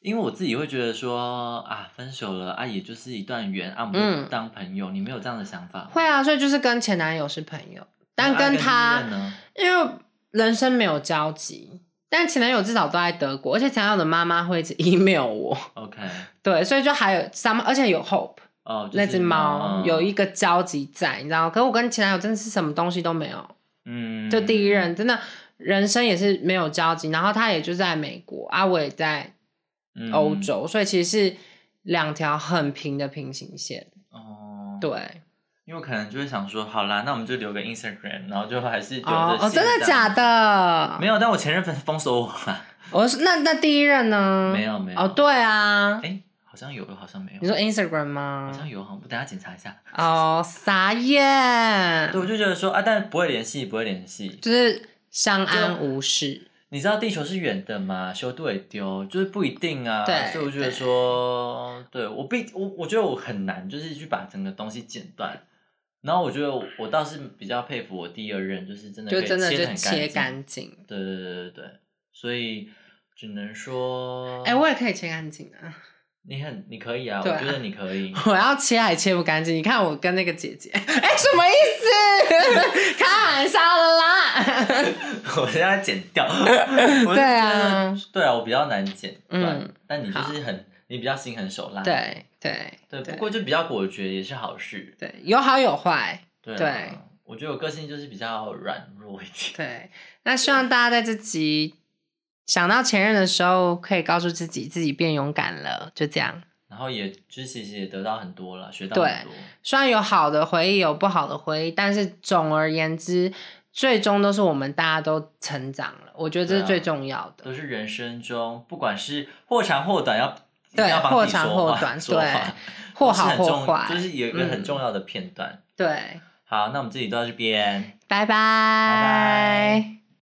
Speaker 1: 因为我自己会觉得说啊，分手了啊，也就是一段缘啊，我们
Speaker 2: 嗯
Speaker 1: 就当朋友，你没有这样的想法吗？
Speaker 2: 会啊，所以就是跟前男友是朋友，但
Speaker 1: 那爱
Speaker 2: 跟
Speaker 1: 跟
Speaker 2: 他
Speaker 1: 第一任呢
Speaker 2: 因为人生没有交集，但前男友至少都在德国，而且前男友的妈妈会一直 email 我，
Speaker 1: ，OK，
Speaker 2: 对，所以就还有 some，而且有 hope
Speaker 1: 哦，就
Speaker 2: 那
Speaker 1: 是
Speaker 2: 只猫
Speaker 1: 嗯
Speaker 2: 有一个交集在，你知道吗？可是我跟前男友真的是什么东西都没有，
Speaker 1: 嗯，
Speaker 2: 就第一任真的人生也是没有交集，然后他也就在美国啊，我也在
Speaker 1: 嗯
Speaker 2: 欧，洲，所以其实是两条很平的平行线，
Speaker 1: 哦，
Speaker 2: 对。
Speaker 1: 因为我可能就会想说，好啦，那我们就留个 Instagram，然后就还是留
Speaker 2: 哦
Speaker 1: 着、
Speaker 2: 哦，真的假？的？
Speaker 1: 没有，但我前任封封锁我了，
Speaker 2: 我是那那第一任呢？
Speaker 1: 没有没有
Speaker 2: 哦，对啊，
Speaker 1: 哎、好像有，好像没有，
Speaker 2: 你说 Instagram
Speaker 1: 好像
Speaker 2: 吗？
Speaker 1: 有，好像我等一下检查一下。
Speaker 2: 哦，傻眼
Speaker 1: 对，，我就觉得说啊，但不会联系，不会联系。
Speaker 2: 就是相安无事。
Speaker 1: 你知道地球是圆的嘛？修度也丢，就是不一定啊。
Speaker 2: 对
Speaker 1: 所以我觉得说，对我必我我觉得我很难，就是去把整个东西剪断。然后我觉得我我倒是比较佩服我第二任，就是真的
Speaker 2: 就
Speaker 1: 可以
Speaker 2: 真的
Speaker 1: 切
Speaker 2: 就
Speaker 1: 得很
Speaker 2: 切
Speaker 1: 干净。
Speaker 2: 干净，
Speaker 1: 对对对对对，所以只能说，
Speaker 2: 哎、我也可以切干净啊！
Speaker 1: 你很你可以啊，
Speaker 2: 对啊
Speaker 1: 我觉得你可 以。
Speaker 2: 我要切还切不干净，你看我跟那个姐 姐，哎、什么意思？ 开玩笑的啦。
Speaker 1: 我现在剪掉。
Speaker 2: 对啊，
Speaker 1: 对啊，我比较难剪断，
Speaker 2: 嗯
Speaker 1: 但你就是很，你比较心狠手辣。
Speaker 2: 对对
Speaker 1: 对，
Speaker 2: 对
Speaker 1: 不过就比较果决也是好事。
Speaker 2: 对，有好有坏。
Speaker 1: 对啊
Speaker 2: 对
Speaker 1: 我觉得我个性就是比较软弱一点。
Speaker 2: 对，那希望大家在这集想到前任的时候，可以告诉自己，自己变勇敢了，就这样。
Speaker 1: 然后也就是其实也得到很多了，学到很多。
Speaker 2: 虽然有好的回忆，有不好的回忆，但是总而言之，最终都是我们大家都成长了。我觉得这
Speaker 1: 对
Speaker 2: 是
Speaker 1: 啊
Speaker 2: 最重要的。
Speaker 1: 都是人生中，不管是或长或短，要一定
Speaker 2: 对
Speaker 1: 要帮
Speaker 2: 或
Speaker 1: 自己
Speaker 2: 长
Speaker 1: 说
Speaker 2: 或
Speaker 1: 话
Speaker 2: 短
Speaker 1: 说
Speaker 2: 对
Speaker 1: 话都
Speaker 2: 或
Speaker 1: 啊是
Speaker 2: 好
Speaker 1: 很
Speaker 2: 或
Speaker 1: 重
Speaker 2: 坏
Speaker 1: 就是有一个很
Speaker 2: 嗯
Speaker 1: 重要的片段。
Speaker 2: 对，
Speaker 1: 好，那我们这里就到这边。
Speaker 2: 拜拜。
Speaker 1: 拜